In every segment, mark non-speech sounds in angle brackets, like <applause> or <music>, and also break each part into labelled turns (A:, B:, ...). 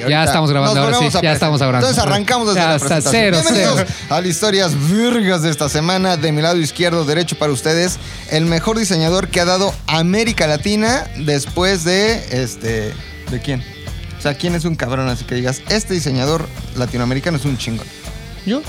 A: Ya
B: ahorita
A: estamos grabando,
B: nos
A: ahora
B: volvemos
A: sí,
B: a
A: ya estamos grabando.
B: Entonces arrancamos desde
A: Ya
B: la
A: está,
B: presentación.
A: cero,
B: Bienvenidos
A: cero.
B: a las historias virgas de esta semana. De mi lado izquierdo, derecho para ustedes, el mejor diseñador que ha dado América Latina después de este. ¿De quién? O sea, ¿quién es un cabrón? Así que digas, este diseñador latinoamericano es un chingón.
C: ¿Yo?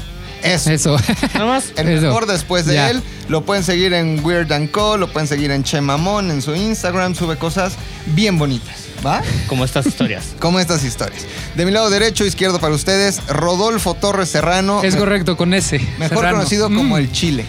B: Eso. <laughs>
A: Eso.
C: Nada más.
B: El
A: Eso.
B: mejor después de
A: Ya.
B: él. Lo pueden seguir en Weird and Co. Lo pueden seguir en Che Mamón, en su Instagram. Sube cosas bien bonitas. ¿Va?
C: Como estas <laughs> historias.
B: Como estas historias. De mi lado derecho, izquierdo para ustedes, Rodolfo Torres Serrano.
A: es
B: me-
A: correcto, con ese.
B: Mejor
A: Serrano.
B: conocido
A: Mm.
B: como el Chile.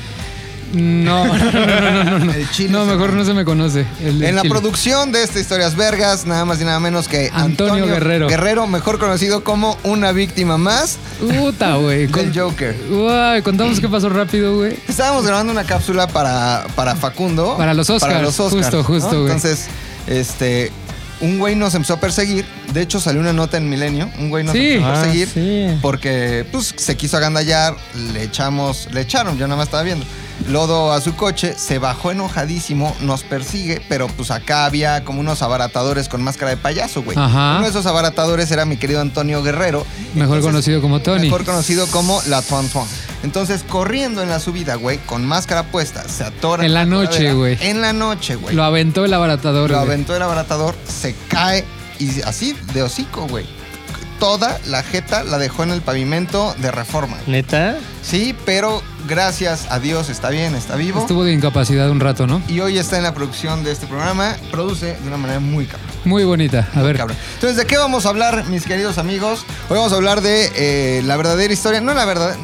A: No, no, no, no, no, no.
B: El chile
A: No,
B: serrano.
A: mejor no se me conoce. el de
B: En la
A: Chile.
B: producción de este Historias Vergas, nada más y nada menos que
A: Antonio Guerrero.
B: Guerrero, mejor conocido como una víctima más.
A: Puta, güey.
B: Del Joker.
A: Uy, contamos qué pasó rápido, güey.
B: Estábamos grabando una cápsula para, para Facundo.
A: Para los Oscars, justo, justo, güey.
B: Entonces, este, un güey nos empezó a perseguir. De hecho, salió una nota en Milenio. Un güey nos
A: Sí.
B: empezó a
C: Ah,
B: perseguir
C: sí.
B: porque pues, se quiso agandallar. Le echamos, le echaron, yo nada más estaba viendo. Lodo a su coche, se bajó enojadísimo, nos persigue, pero pues acá había como unos abaratadores con máscara de payaso, güey.
A: Ajá.
B: Uno de esos abaratadores era mi querido Antonio Guerrero.
A: Mejor
B: Entonces,
A: conocido como Tony.
B: Mejor conocido como la Tuan Tuan. Entonces, corriendo en la subida, güey, con máscara puesta, se atora.
A: En la noche,
B: coladera.
A: güey.
B: En la noche, güey.
A: Lo
B: Lo,
A: aventó el abaratador, güey.
B: aventó el abaratador, se cae y así, de hocico, güey. Toda la jeta la dejó en el pavimento de reforma.
C: Mm. ¿Neta?
B: Sí, pero gracias a Dios está bien, está vivo.
A: Estuvo de incapacidad un rato, ¿no?
B: Y hoy está en la producción de este programa. Produce de una manera muy cabrón.
A: Muy bonita. A ver.
B: Cabrón. Entonces, ¿de qué vamos a hablar, mis queridos amigos? Hoy vamos a hablar de eh, la verdadera historia. No la verdad.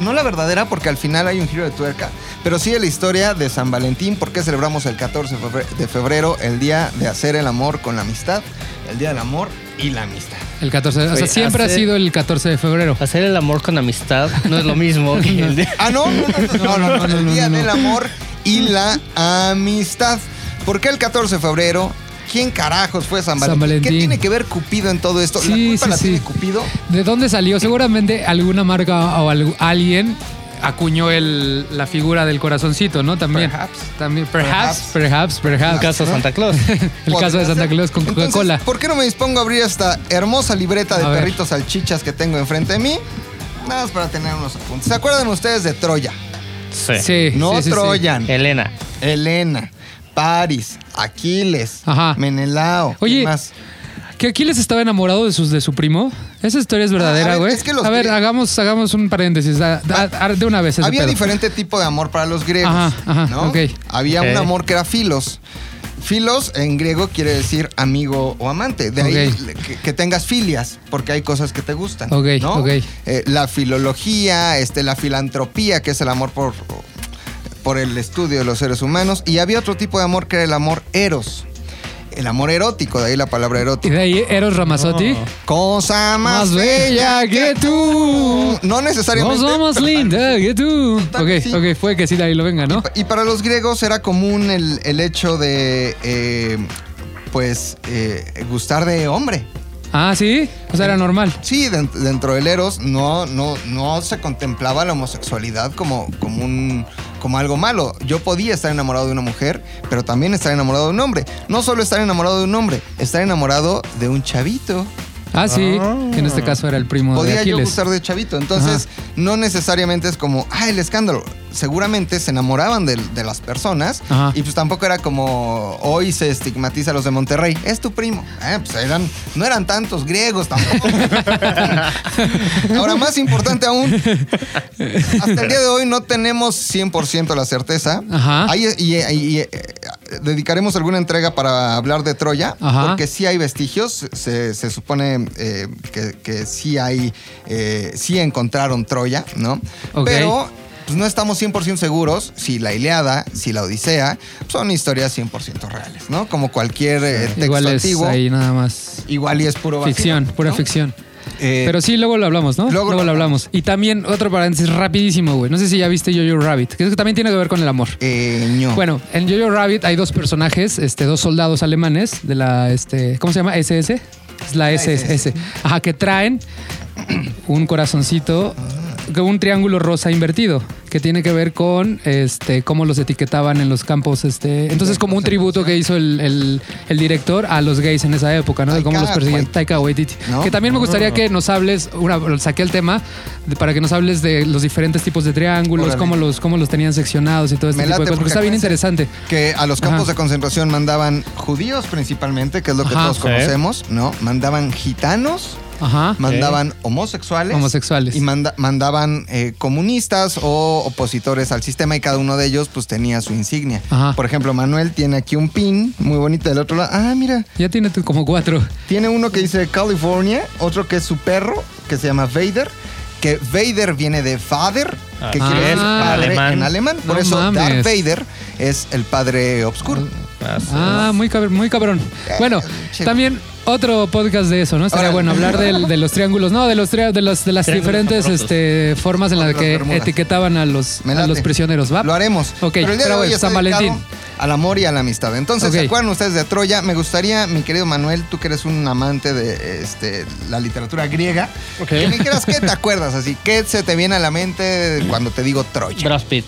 B: No la verdadera, porque al final hay un giro de tuerca, pero sí de la historia de San Valentín, porque celebramos el 14 de febre- de febrero, el día de hacer el amor con la amistad, el día del amor y la amistad.
A: El 14 de- O sea,
C: Güey,
A: siempre ha
C: hace-
A: sido el 14 de febrero.
C: Hacer el amor con amistad no es lo mismo
A: <laughs>
C: que el de...
B: Ah, <laughs> no, no, no, no, no, no, no, el
A: no,
B: día
A: no.
B: del amor y la amistad. ¿Por qué el 14 de febrero? ¿Quién carajos fue San
A: San
B: Valentín? ¿Qué
A: Valentín.
B: tiene que ver Cupido en todo esto? ¿La
A: Sí,
B: culpa
A: sí,
B: la
A: sí.
B: tiene Cupido?
A: ¿De dónde salió? Seguramente alguna marca o algu- alguien acuñó el, la figura del corazoncito, ¿no? También.
B: Perhaps.
A: También. Perhaps, perhaps, perhaps.
C: El caso
A: <laughs>
C: Santa Claus.
A: El caso de Santa Claus con
B: Entonces, pues,
A: Coca-Cola.
B: ¿Por qué no me dispongo a abrir esta hermosa libreta de
A: A ver.
B: perritos salchichas que tengo enfrente de mí? Nada más para tener unos apuntes. ¿Se acuerdan ustedes de Troya?
C: Sí.
A: Sí.
B: no
A: sí, sí, sí.
B: Troyan,
C: Elena.
B: Elena, Paris, Aquiles,
A: Ajá.
B: Menelao. ¿qué
A: Oye,
B: más?
A: ¿Que Aquiles estaba enamorado de, sus, de su primo? Esa historia es
B: Ah, a
A: verdadera,
B: ver,
A: güey.
B: es que los
A: a ver,
B: grie-
A: hagamos, hagamos un paréntesis. da- da- ar- de una vez ese
B: Había
A: pedo.
B: diferente tipo de amor para los griegos.
A: Ajá, ajá,
B: ¿no?
A: ok.
B: Había un
C: Ok.
B: amor que era filos. Filos en griego quiere decir amigo o amante. De ahí
A: Ok.
B: le- que, que tengas filias, porque hay cosas que te gustan.
A: Ok,
B: ¿no?
A: ok.
B: Eh, la filología, este, la filantropía, que es el amor por, por el estudio de los seres humanos. Y había otro tipo de amor que era el amor eros. El amor erótico, de ahí la palabra
A: Y
B: erótico.
A: de ahí Eros Ramazzotti.
B: Cosa más,
A: Más bella que tú.
B: No necesariamente.
A: Nos vamos,
B: pero-
A: linda, que tú.
B: tal vez
A: Ok,
B: sí.
A: ok, fue que sí, de ahí lo venga, ¿no?
B: Y para los griegos era común el, el hecho de, eh, pues, eh, gustar de hombre.
A: Ah, sí. O sea, era normal.
B: Sí, den- dentro del Eros no, no, no se contemplaba la homosexualidad como, como, un, como algo malo. Yo podía estar enamorado de una mujer, pero también estar enamorado de un hombre. No solo estar enamorado de un hombre, estar enamorado de un chavito.
A: Ah, sí. Que en este caso era el primo de
B: Podía yo
A: Aquiles.
B: gustar de chavito. Entonces, no necesariamente es como, ah, el escándalo. Seguramente se enamoraban del- de, las personas
A: Ajá.
B: y pues tampoco era como hoy se estigmatiza a los de Monterrey. Es tu primo. Eh, pues eran, no eran tantos griegos
A: <laughs>
B: tampoco. Ahora, más importante aún, hasta el día de hoy no tenemos 100% la certeza.
A: Ajá.
B: Ahí- y, y- y, eh, dedicaremos alguna entrega para hablar de Troya,
A: Ajá.
B: porque sí hay vestigios. Se, se supone eh, que, que sí hay, eh, sí encontraron Troya, ¿no?
A: Ok.
B: Pero pues, no estamos 100% seguros si la Iliada, si la Odisea, son historias 100% reales, ¿no? Como cualquier eh, texto
A: Igual es
B: antiguo.
A: ahí nada más.
B: Igual y es puro vacío,
A: Ficción, pura
B: ¿no?
A: ficción.
B: Eh,
A: Pero sí, luego lo hablamos, ¿no?
B: luego
A: Luego,
B: lo
A: lo hablamos. Y también, otro paréntesis rapidísimo, güey. No sé si ya viste Jojo Rabbit, que eso también tiene que ver con el amor.
B: eh, ño.
A: Bueno, en Jojo Rabbit hay dos personajes, este, dos soldados alemanes de la, este, ¿cómo se llama? SS. Es la SS. <clears throat> Ajá, que traen un corazoncito, que un triángulo rosa invertido. que tiene que ver con este cómo los etiquetaban en los campos. este Entonces, como un tributo que hizo el, el- el director a los gays en esa época, ¿no? De cómo los
B: Taika
A: perseguían.
B: Wait-
A: Taika Waititi.
B: ¿No?
A: Que también me gustaría que nos hables, una, saqué el tema, de- para que nos hables de los diferentes tipos de triángulos,
B: Órale.
A: cómo los, cómo los tenían seccionados y todo este
B: Me
A: tipo de
B: late
A: cosas. Porque
B: porque
A: está bien
B: acuérdense-
A: interesante.
B: que a los campos
A: Ajá.
B: de concentración mandaban judíos principalmente, que es lo que
A: Ajá.
B: todos
A: Sí.
B: conocemos, ¿no? Mandaban gitanos,
A: Ajá.
B: mandaban homosexuales.
A: Homosexuales.
B: Y manda- mandaban eh, comunistas o opositores al sistema y cada uno de ellos pues tenía su insignia.
A: Ajá.
B: Por ejemplo, Manuel tiene aquí un pin muy bonito del otro lado. Ah, mira.
A: Ya tiene tú como cuatro.
B: Tiene uno que dice California, otro que es su perro, que se llama Vader, que Vader viene de Vader, que
A: Ah,
B: quiere decir padre
C: alemán.
B: en alemán. Por
A: No
B: eso
A: mames.
B: Darth Vader es el padre oscuro.
A: Ah, muy cabrón, muy cabrón.
B: Eh,
A: Bueno,
B: chido.
A: también otro podcast de eso, ¿no? Estaría
B: Ahora-
A: bueno hablar del- de los triángulos, no, de los tri- de las, de las
C: Triángulos
A: diferentes
C: amorosos.
A: este, formas en las
B: Las
A: que
B: Bermudas.
A: etiquetaban a los,
B: Me
A: a los
B: late.
A: prisioneros, ¿va?
B: Lo haremos.
A: Ok,
B: Pero el día
A: pero
B: de hoy
A: es
B: está
A: San
B: dedicado
A: Valentín.
B: Al amor y a la amistad. Entonces,
A: Ok.
B: ¿se acuerdan ustedes de Troya? Me gustaría, mi querido Manuel, tú que eres un amante de este, la literatura griega,
C: Ok.
B: que me dijeras qué te acuerdas así, qué se te viene a la mente cuando te digo Troya.
C: Brad Pitt.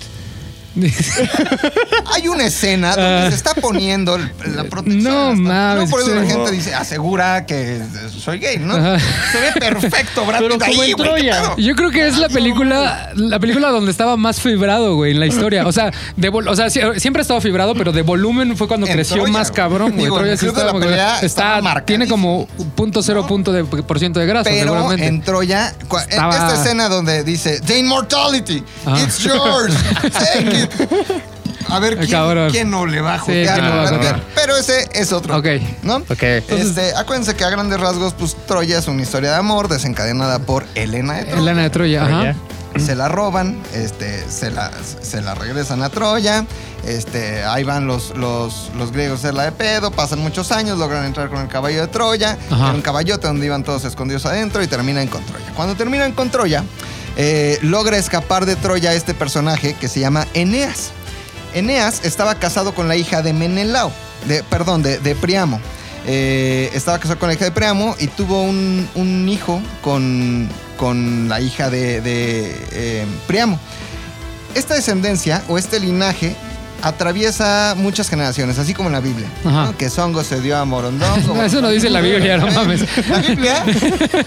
A: <laughs>
B: Hay una escena donde
A: Ah.
B: se está poniendo el- la protección.
A: No
B: Está-
A: mames,
B: No por eso la
A: sí.
B: gente dice, asegura que soy gay, ¿no?
A: Ajá.
B: Se ve perfecto, Brad
C: Pero
B: Pitt
C: como
B: ahí, güey,
C: en
B: ¿qué
C: Troya.
B: pedo?
A: Yo creo que es la película, la película donde estaba más fibrado, güey, en la historia. O sea, de vol- o sea, sie- siempre ha estado fibrado, pero de volumen fue cuando
B: En
A: creció
B: Troya,
A: más
B: güey.
A: cabrón, güey.
B: Digo,
A: Troya
B: en
A: sí
B: Club de la
A: estaba muy-
B: Pelea estaba
A: está,
B: marcadísimo.
A: tiene como punto cero punto de por ciento de grasa,
B: Pero
A: seguramente.
B: en Troya, cua- en
A: Estaba-
B: esta escena donde dice The Immortality,
A: Ah.
B: it's yours, take
A: <laughs>
B: it. A ver,
A: Ay,
B: ¿quién,
A: cabrón.
B: quién no le va a
A: Sí,
B: jugar?
A: ¿quién
C: no va a
B: Pero-
A: jugar?
B: Pero ese es otro.
A: Ok.
B: ¿No?
C: Ok.
B: Este, acuérdense que a grandes rasgos, pues Troya es una historia de amor desencadenada por Elena de Troya.
A: Lana de Troya, ajá.
C: Troya.
B: Se la roban, este, se la, se la regresan a Troya, este, ahí van los, los, los griegos a hacerla de pedo, pasan muchos años, logran entrar con el caballo de Troya,
A: Ajá.
B: era un caballote donde iban todos escondidos adentro y terminan con Troya. Cuando terminan con Troya, eh, logra escapar de Troya este personaje que se llama Eneas. Eneas estaba casado con la hija de Menelao, de, perdón, de, de Priamo. Eh, estaba casado con la hija de Priamo y tuvo un, un hijo con, con la hija de, de, eh, Priamo. Esta descendencia o este linaje atraviesa muchas generaciones, así como en la Biblia.
A: Ajá.
B: ¿no? Que Songo se dio a
A: <laughs>
B: Morondongo.
A: No, eso no dice la
B: <laughs>
A: Biblia, no mames.
B: La Biblia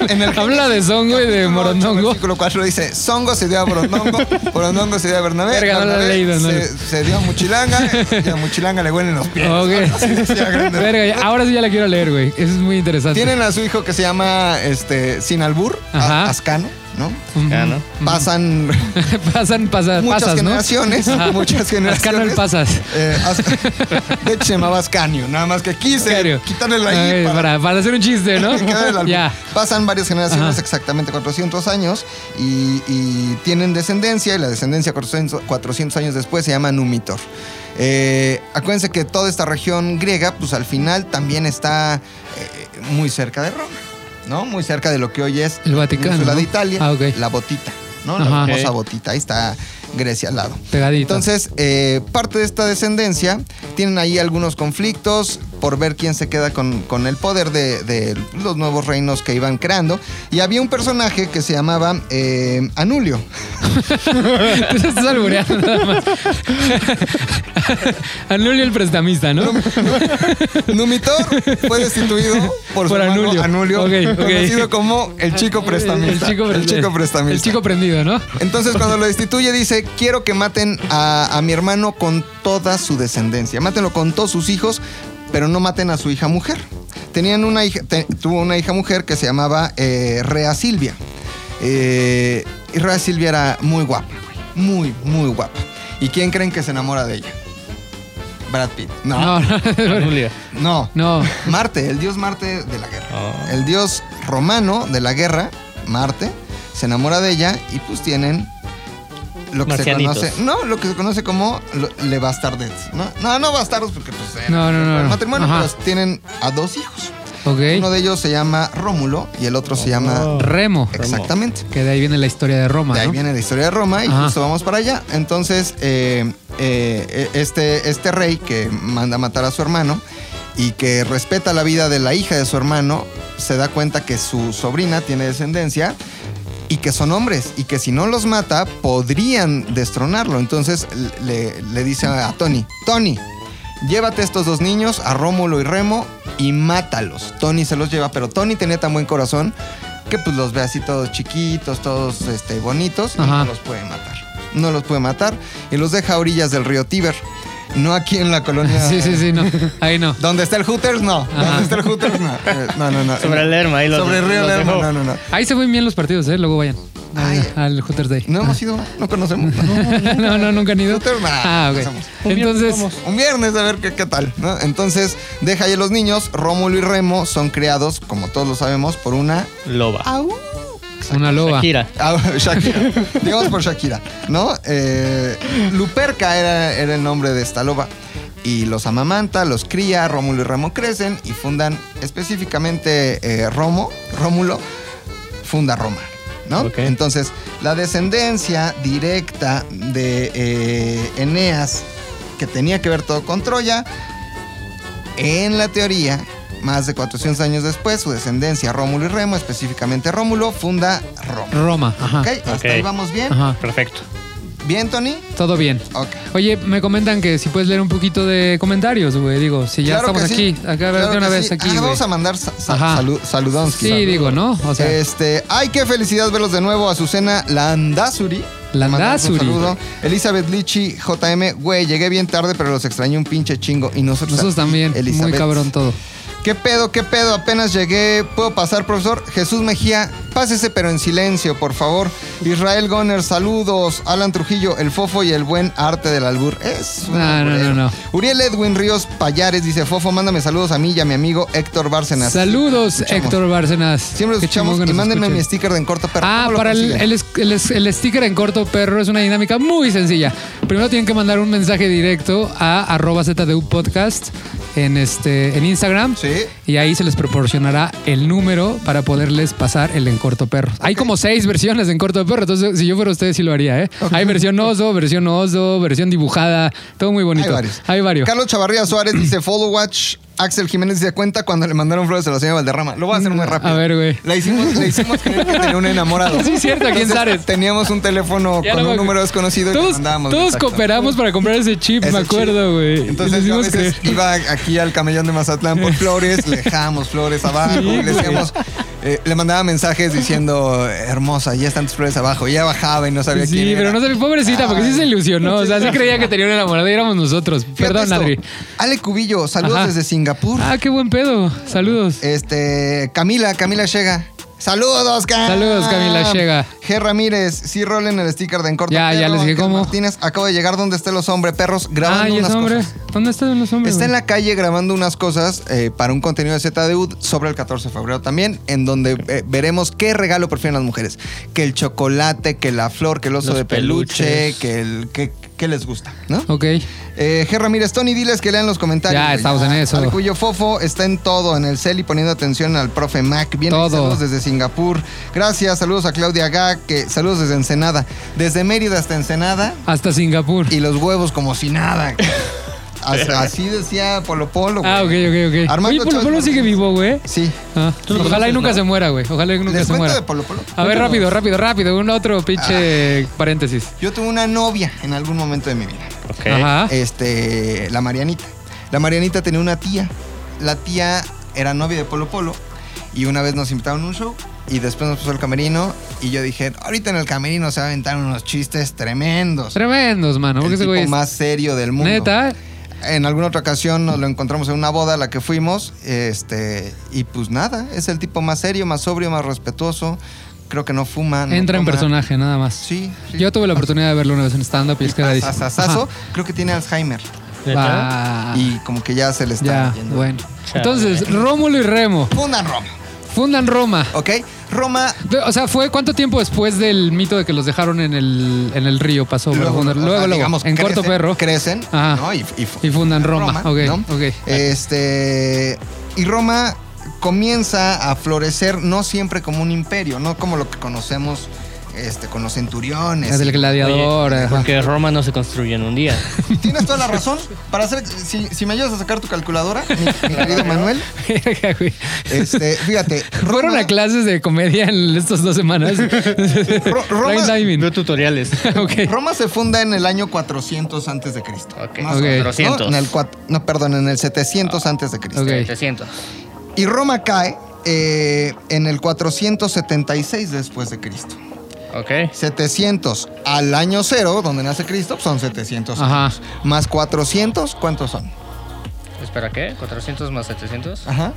B: en
A: <laughs>
B: el
A: Habla de Songo y de
B: capítulo ocho,
A: Morondongo.
B: Versículo 4 dice, Songo se dio a
A: <laughs>
B: Morondongo, Morondongo se dio a Bernabé,
A: Verga, no la he
B: Bernabé
A: leído, no.
B: se, se dio a Muchilanga y a Muchilanga le huelen los
A: <laughs>
B: pies.
A: Ok.
B: Sí, a grandes-
A: Verga, ya- ahora sí ya la quiero leer, güey. Eso es muy interesante.
B: Tienen a su hijo que se llama este, Sinalbur, a-
A: Ajá.
B: Ascano, ¿no?
A: Ujú.
C: Ah, ¿no?
B: Pasan
A: <laughs> Pasan, pasa-
B: muchas
A: pasas, ¿no?
B: generaciones, <laughs>
A: Ajá.
B: muchas
A: Ascano el
B: generaciones.
A: pasas.
B: Eh, As- <laughs> de hecho, se llamaba Ascanio, nada más que quise
A: Ascanio.
B: quitarle la
A: Ay,
B: I para-
A: para, para hacer un chiste, ¿no?
B: que quedara el álbum.
A: <laughs> ya.
B: Pasan varias generaciones,
A: Ajá.
B: exactamente 400 años, y, y tienen descendencia, y la descendencia 400, 400 años después se llama Numitor. Eh, acuérdense que toda esta región griega, pues al final también está eh, muy cerca de Roma, ¿no? Muy cerca de lo que hoy es
A: El Vaticano,
B: la
A: ¿no?
B: de Italia,
A: Ah, ok.
B: la botita, ¿no? La
A: Ajá.
B: famosa
C: Ok.
B: botita, ahí está Grecia al lado.
A: Pegadito.
B: Entonces, eh, parte de esta descendencia tienen ahí algunos conflictos por ver quién se queda con, con el poder de, de los nuevos reinos que iban creando. Y había un personaje que se llamaba eh, Anulio. <laughs>
A: Tú te estás albureando nada más. Anulio el prestamista, ¿no?
B: Numitor fue destituido por, su
A: Por
B: hermano
A: Anulio.
B: Anulio,
A: Ok, ok.
B: conocido como el chico prestamista.
A: El chico, pre-
B: prestamista.
A: El chico prendido, ¿no?
B: Entonces cuando lo destituye dice, quiero que maten a, a mi hermano con toda su descendencia. Mátenlo con todos sus hijos, pero no maten a su hija mujer. Tenían una hija, te- tuvo una hija mujer que se llamaba eh, Rea Silvia. Eh, y Rea Silvia era muy guapa, güey. muy, muy guapa. ¿Y quién creen que se enamora de ella? Brad Pitt. No,
A: No,
B: no.
A: no.
C: Julia.
A: no.
B: Marte, el dios Marte de la guerra.
C: Oh.
B: El dios romano de la guerra, Marte, se enamora de ella y pues tienen lo que se
C: Marcianitos.
B: conoce, no, lo que se conoce como lo- le bastardettes, ¿no? No, no bastardos porque pues era
A: No, no, no,
B: el
A: no.
B: matrimonio,
A: Ajá.
B: pues tienen a dos hijos. Uno
A: Ok.
B: de ellos se llama Rómulo y el otro se llama
C: Oh.
A: Remo.
B: exactamente.
A: Que de ahí viene la historia de Roma,
B: De ahí
A: ¿no?
B: viene la historia de Roma y
A: Ajá.
B: justo vamos para allá. Entonces, eh, eh, este, este rey que manda a matar a su hermano y que respeta la vida de la hija de su hermano, se da cuenta que su sobrina tiene descendencia y que son hombres y que si no los mata podrían destronarlo. Entonces le, le dice a Tony, Tony, llévate a estos dos niños, a Rómulo y Remo, y mátalos. Tony se los lleva, pero Tony tenía tan buen corazón que pues los ve así todos chiquitos, todos este, bonitos, y
A: Ajá.
B: no los puede matar. No los puede matar y los deja a orillas del río Tíber. No aquí en la
C: <laughs>
B: colonia.
A: <laughs> Sí, sí, sí, no. Ahí no.
B: Donde está el Hooters, no.
A: Ajá.
B: Donde está el Hooters, no. Eh, No, no, no.
C: <laughs> Sobre el Lerma, ahí los-
B: Sobre el río
C: los
B: Lerma,
C: dejó.
B: no, no, no.
A: Ahí se ven bien los partidos, ¿eh? Luego vayan
B: Ay.
A: al Hooters Day.
B: Ah, No hemos ido, no conocemos. No.
A: <laughs> no, no, nunca han ido.
B: Hooters, nah,
A: Ah, ok.
B: pasamos.
C: Un viernes
A: Entonces,
C: vamos.
B: Un viernes a ver qué, qué tal, ¿no? Entonces, deja ahí a los niños. Rómulo y Remo son creados, como todos lo sabemos, por una...
C: Loba.
A: Ah,
B: Au.
A: una loba.
C: Shakira.
B: Ah, <laughs> Shakira. Digamos por Shakira, ¿no? Eh, Luperca era, era el nombre de esta loba. Y los amamanta, los cría, Rómulo y Remo crecen y fundan específicamente eh, Romo, Rómulo, funda Roma, ¿no?
C: Ok.
B: Entonces, la descendencia directa de eh, Eneas, que tenía que ver todo con Troya, en la teoría, más de 400 años después, su descendencia, Rómulo y Remo, específicamente Rómulo, funda Roma.
A: Roma. Ajá.
B: ¿Ok? Hasta
C: Ok.
B: ahí vamos bien.
A: Ah, Ajá.
C: Perfecto.
B: ¿Bien, Tony?
A: Todo bien.
B: Ok.
A: Oye, me comentan que si puedes leer un poquito de comentarios, güey. Digo, si ya
B: Claro que
A: estamos
B: sí.
A: aquí, acá
B: Claro
A: de una
B: que
A: vez
B: sí.
A: aquí,
B: Ah,
A: güey.
B: vamos a mandar sa- sa-
A: Ajá.
B: salu- saludonsky.
A: Sí, digo, ¿no? O sea,
B: este, ay, qué felicidad verlos de nuevo. Azucena Landazuri.
A: Landazuri.
B: Le mandamos Un saludo. Elizabeth Lichi, JM. Güey, llegué bien tarde, pero los extrañé un pinche chingo. Y nosotros,
A: nosotros
B: a ti,
A: también, muy
B: Elizabeth.
A: cabrón todo.
B: ¿Qué pedo, qué pedo? Apenas llegué. ¿Puedo pasar, profesor? Jesús Mejía, pásese, pero en silencio, por favor. Israel Goner, saludos. Alan Trujillo, el fofo y el buen arte del albur. Es un
A: No, no,
B: alburero.
A: no, no.
B: Uriel Edwin Ríos Payares dice: Fofo, mándame saludos a mí y a mi amigo Héctor Bárcenas.
A: Saludos,
B: Escuchamos.
A: Héctor Bárcenas.
B: Siempre los
A: Qué
B: escuchamos.
A: chingón que
B: Y
A: nos
B: mándenme
A: escuchen.
B: mi sticker de encorto perro.
A: Ah,
B: ¿Cómo lo
A: para el,
B: consiguen?
A: el, es- el es- el sticker en corto perro es una dinámica muy sencilla. Primero tienen que mandar un mensaje directo a arroba ZDU Podcast en, este, en Instagram.
B: Sí.
A: Y ahí se les proporcionará el número para poderles pasar el encorto perro. Hay como seis versiones de encorto perro, entonces si yo fuera usted sí lo haría, ¿eh? Hay versión oso, versión oso, versión dibujada, todo muy bonito.
B: Hay varios.
A: Hay varios.
B: Carlos Chavarría Suárez dice follow watch. Axel Jiménez se cuenta cuando le mandaron flores a la señora Valderrama. Lo voy a hacer muy rápido.
A: A ver, güey.
B: Le hicimos, le hicimos creer que tenía un enamorado.
A: Sí, cierto, aquí en
B: Entonces,
A: Zares.
B: Teníamos un teléfono
A: Ya
B: con
A: lo
B: un
A: me-
B: número desconocido y le
A: Todos,
B: mandábamos.
A: todos
B: mensajes.
A: cooperamos para comprar ese chip,
B: Ese
A: me acuerdo,
B: chip.
A: güey. Y
B: Entonces
A: les
B: yo a
A: hicimos
B: veces
A: creer.
B: iba aquí al camellón de Mazatlán
A: <laughs>
B: por flores, le dejábamos flores abajo,
A: Sí,
B: le decíamos, eh, le mandaba mensajes diciendo, hermosa, ya están tus flores abajo. Y ya bajaba y no sabía quién
A: Sí,
B: era.
A: pero no sabía, pobrecita, porque sí
B: Ay.
A: se ilusionó. O sea, sí creía que tenía una enamorada y éramos nosotros.
B: Fíjate
A: Perdón,
B: esto.
A: Adri.
B: Ale Cubillo, saludos
A: Ajá.
B: desde Singapur.
A: Ah, qué buen pedo. Saludos.
B: Este, Camila, Camila Llega. Saludos, Cam.
A: Saludos, Camila Llega.
B: G. Ramírez, sí rolen el sticker de Encorto.
A: Ya, ya
B: Perro.
A: les dije
B: Ángel
A: cómo.
B: Martínez, acabo de llegar donde estén los hombres perros grabando
A: Ah, y es
B: unas
A: hombre.
B: cosas.
A: ¿Dónde están los hombres?
B: Está en
A: güey?
B: la calle grabando unas cosas eh, para un contenido de ZDU sobre el 14 de febrero también, en donde eh, veremos qué regalo prefieren las mujeres. Que el chocolate, que la flor, que el oso
C: Los
B: de peluche,
C: peluches.
B: que el que, que les gusta, ¿no?
A: Ok.
B: Eh, G. Ramírez, Tony, diles que lean los comentarios.
A: Ya, estamos en eso.
B: Al cuyo fofo está en todo, en el cel y poniendo atención al profe Mac. Bien,
A: Todo.
B: saludos desde Singapur. Gracias, saludos a Claudia Gá, que saludos desde Ensenada. Desde Mérida hasta Ensenada
A: Hasta Singapur.
B: y los huevos como si
A: <laughs>
B: nada. As- así decía Polo Polo. güey.
A: Ah, ok, ok, ok.
B: Armando
A: Oye, Polo
B: Chávez
A: Polo sigue
B: Martínez.
A: vivo, güey.
B: Sí.
A: Ah,
C: Tú lo
A: ojalá y
C: conoces,
A: nunca
C: ¿no?
A: se muera, güey. Ojalá y nunca
B: ¿Les
A: se
B: cuento
A: muera.
B: de Polo Polo?
A: A ver, rápido, rápido, rápido. Un otro
B: Ah.
A: pinche paréntesis.
B: Yo tuve una novia en algún momento de mi vida.
C: Ok.
A: Ajá.
B: Este, la Marianita. La Marianita tenía una tía. La tía era novia de Polo Polo. Y una vez nos invitaron a un show. Y después nos puso el camerino. Y yo dije, ahorita en el camerino se va a aventar unos chistes tremendos.
A: Tremendos, mano. Porque
B: el
A: ese
B: tipo
A: güey es.
B: más serio del mundo. Ah,
A: Neta.
B: En alguna otra ocasión nos lo encontramos en una boda a la que fuimos. Este, y pues nada, es el tipo más serio, más sobrio, más respetuoso. Creo que no fuma. no
A: Entra en
B: toma.
A: personaje, nada más.
B: Sí, sí.
A: Yo tuve la oportunidad de verlo una vez en stand-up y es que era
B: Asasasazo. Creo que tiene Alzheimer.
C: ¿Neta?
B: Y como que ya se le está
A: Ah. Ya,
B: yendo.
A: bueno.
C: Chale.
A: Entonces, Rómulo y Remo
B: Fundan Roma,
A: fundan Roma.
B: ¿ok? Roma
A: De- O sea, fue cuánto tiempo después del mito de que los dejaron en el, en el río pasó para fundar?
B: o
A: Luego,
B: sea,
A: luego, en
B: crecen-
A: Corto Perro.
B: Crecen,
A: Ajá.
B: ¿no? Y,
A: Y fundan Roma. Ok, ok.
B: Este, y Roma comienza a florecer no siempre como un imperio, no como lo que conocemos este, con los centuriones.
A: Es Ah, del gladiador.
C: Oye,
A: ajá.
C: porque Roma no se construye en un día.
B: Tienes toda la razón. Para hacer, si, si me ayudas a sacar tu calculadora, mi, mi
A: <laughs>
B: querido Manuel,
A: <laughs> Verga, güey.
B: este, fíjate. Roma-
A: Fueron a clases de comedia en estas dos
B: <laughs>
A: semanas. <laughs>
B: Ro-
A: Prime
B: Roma,
A: timing.
C: Veo tutoriales.
A: <laughs> Ok.
B: Roma se funda en el año 400 antes de Cristo.
C: Ok.
B: Más o
A: Ok.
B: menos, ¿no?
C: 400.
B: En el cuat- no, perdón, en el 700 antes de Cristo.
A: Ok.
C: 700.
B: Y Roma cae eh, en el 476 después de Cristo.
C: Ok.
B: 700 al año cero, donde nace Cristo, son 700.
A: Ajá.
B: Más 400, ¿cuántos son?
C: Espera, ¿qué? ¿400 más 700?
B: Ajá.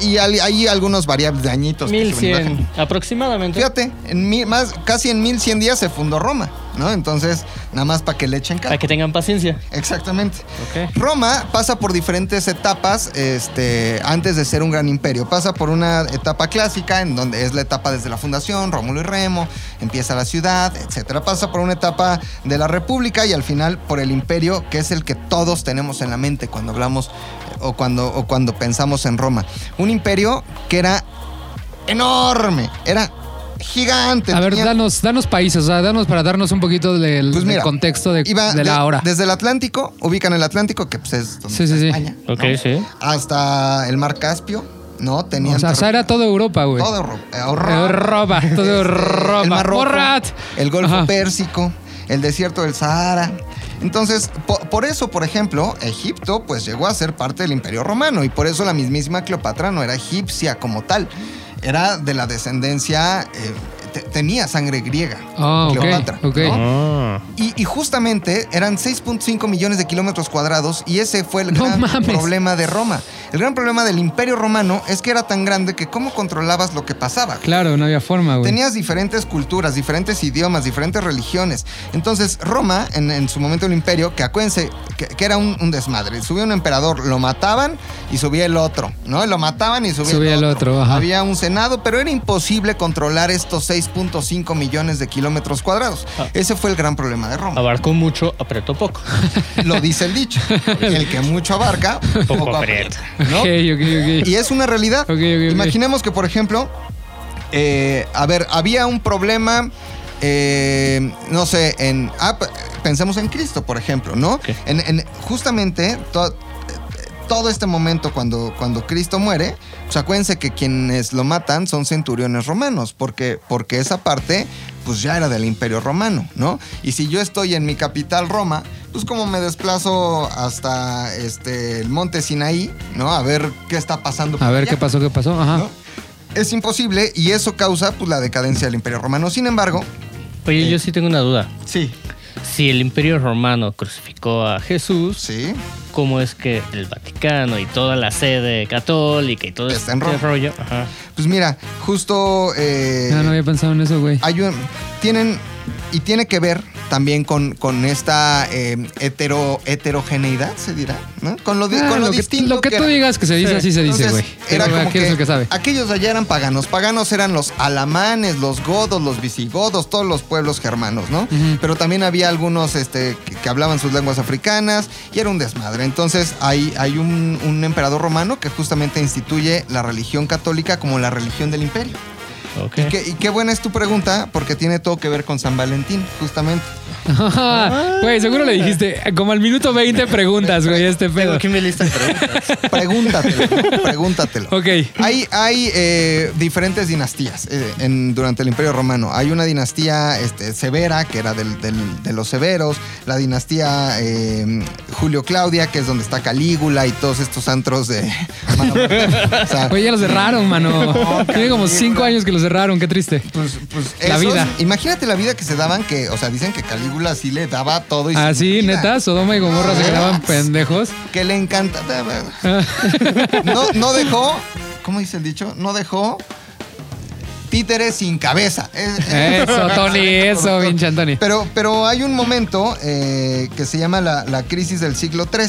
B: Y al- hay algunos variables de añitos. que suben y bajan.
C: 1100. Aproximadamente.
B: Fíjate, en mil- más, casi en 1100 días se fundó Roma, ¿no? Entonces, nada más para que le echen cara.
C: Para que tengan paciencia.
B: Exactamente.
C: Ok.
B: Roma pasa por diferentes etapas este, antes de ser un gran imperio. Pasa por una etapa clásica, en donde es la etapa desde la fundación, Rómulo y Remo, empieza la ciudad, etc. Pasa por una etapa de la república y al final por el imperio, que es el que todos tenemos en la mente cuando hablamos eh, o cuando, o cuando pensamos en Roma. Un imperio que era enorme, era gigante.
A: A ver,
B: tenía-
A: danos, danos países, o sea, danos para darnos un poquito del,
B: Pues
A: del
B: mira,
A: contexto de,
B: iba
A: de la
B: de-
A: hora.
B: Desde el Atlántico, ubican el Atlántico, que pues es donde
A: Sí,
B: está
A: sí, sí.
B: España.
C: Ok,
B: ¿no?
C: sí.
B: hasta el mar Caspio, ¿no? Tenían
A: o sea, o sea, era toda Europa, güey.
B: todo Ro- eh,
A: Europa, todo Europa.
B: El Mar Rojo,
A: Borat.
B: el Golfo
A: Ajá.
B: Pérsico, el desierto del Sahara. Entonces, po- por eso, por ejemplo, Egipto pues llegó a ser parte del Imperio Romano y por eso la mismísima Cleopatra no era egipcia como tal, era de la descendencia, eh, te- tenía sangre griega.
A: Ah, ok,
B: Cleopatra,
A: ok.
B: ¿no?
C: Ah.
B: Y, y justamente eran 6.5 millones de kilómetros cuadrados y ese fue el
A: No
B: gran
A: mames.
B: problema de Roma. El gran problema del imperio romano es que era tan grande que cómo controlabas lo que pasaba.
A: Claro, no había forma, güey.
B: Tenías diferentes culturas, diferentes idiomas, diferentes religiones. Entonces, Roma, en, en su momento el imperio, que acuérdense que, que era un, un desmadre. Subía un emperador, lo mataban y subía el otro, ¿no? Lo mataban y subía,
A: Subía el otro, ajá.
B: Había un senado, pero era imposible controlar estos 6.5 millones de kilómetros cuadrados.
C: Ah.
B: Ese fue el gran problema de Roma.
C: Abarcó mucho, apretó poco.
B: Lo dice el dicho. El que mucho abarca, <laughs> poco,
C: Poco
B: aprieta.
C: aprieta.
B: ¿no?
A: Ok, ok, ok.
B: Y es una realidad.
A: Ok, ok, ok.
B: Imaginemos que, por ejemplo, eh, a ver, había un problema, eh, no sé, en. ah, p- pensemos en Cristo, por ejemplo, ¿no?
C: Ok.
B: En, en- justamente to- todo este momento cuando, cuando Cristo muere, pues acuérdense que quienes lo matan son centuriones romanos, porque, porque esa parte pues ya era del imperio romano, ¿no? Y si yo estoy en mi capital Roma, pues como me desplazo hasta este, el monte Sinaí, ¿no? A ver qué está pasando.
A: A
B: por
A: ver
B: allá,
A: qué pasó, qué pasó.
B: ¿no?
A: Ajá.
B: Es imposible y eso causa pues la decadencia del imperio romano. Sin embargo,
C: Oye, yo sí tengo una duda.
B: sí,
C: Si el imperio romano crucificó a Jesús,
B: sí,
C: ¿cómo es que el Vaticano y toda la sede católica y todo
B: Está
C: este
B: en Roma.
C: rollo? Ajá.
B: pues mira, justo... eh,
A: Ya no había pensado en eso, güey.
B: hay un- tienen y tiene que ver también con, con esta eh, hetero, heterogeneidad, se dirá, ¿no? Con lo, di-
A: Ah,
B: con lo,
A: que,
B: distinto
A: lo que, tú
B: era.
A: digas que se dice,
C: Sí.
A: así se dice, güey.
B: Entonces, era
A: Pero
B: como
A: aquí es el que sabe.
B: Aquellos de allá eran paganos. Paganos eran los alamanes, los godos, los visigodos, todos los pueblos germanos, ¿no?
A: Ujú.
B: Pero también había algunos este, que, que hablaban sus lenguas africanas y era un desmadre. Entonces hay, hay un, un emperador romano que justamente instituye la religión católica como la religión del imperio.
C: Ok.
B: Y qué, y qué buena es tu pregunta, porque tiene todo que ver con San Valentín, justamente.
A: Ajá. <laughs> Güey, seguro le dijiste eh, como al minuto 20 preguntas, güey, este
C: Tengo
A: pedo.
C: aquí mi lista de
B: <laughs>
C: preguntas.
B: Pregúntatelo,
A: <laughs>
B: ¿no? pregúntatelo.
A: Ok.
B: Hay, hay eh, diferentes dinastías eh, en- durante el Imperio Romano. Hay una dinastía este, severa, que era del- del- de los severos, la dinastía eh, Julio-Claudia, que es donde está Calígula y todos estos antros de... <laughs> Mano, o sea,
A: Güey, ya los cerraron, mano.
B: No,
A: <laughs> Tiene como
B: cabrón.
A: cinco años que los cerraron, qué triste.
B: pues, pues
A: La
B: esos-
A: vida.
B: Imagínate la vida que se daban, que, o sea, dicen que Calígula sí le daba todo. Y sin
A: Así,
B: medida.
A: Ah, neta, Sodoma y Gomorra se
B: <laughs>
A: quedaban pendejos.
B: Que le encanta. No, no dejó. ¿Cómo dice el dicho? No dejó títeres sin cabeza. Es-
A: Eso,
B: <laughs>
A: Tony, eso, pinche Anthony. <laughs>
B: Pero, pero hay un momento eh, que se llama la, la crisis del siglo III.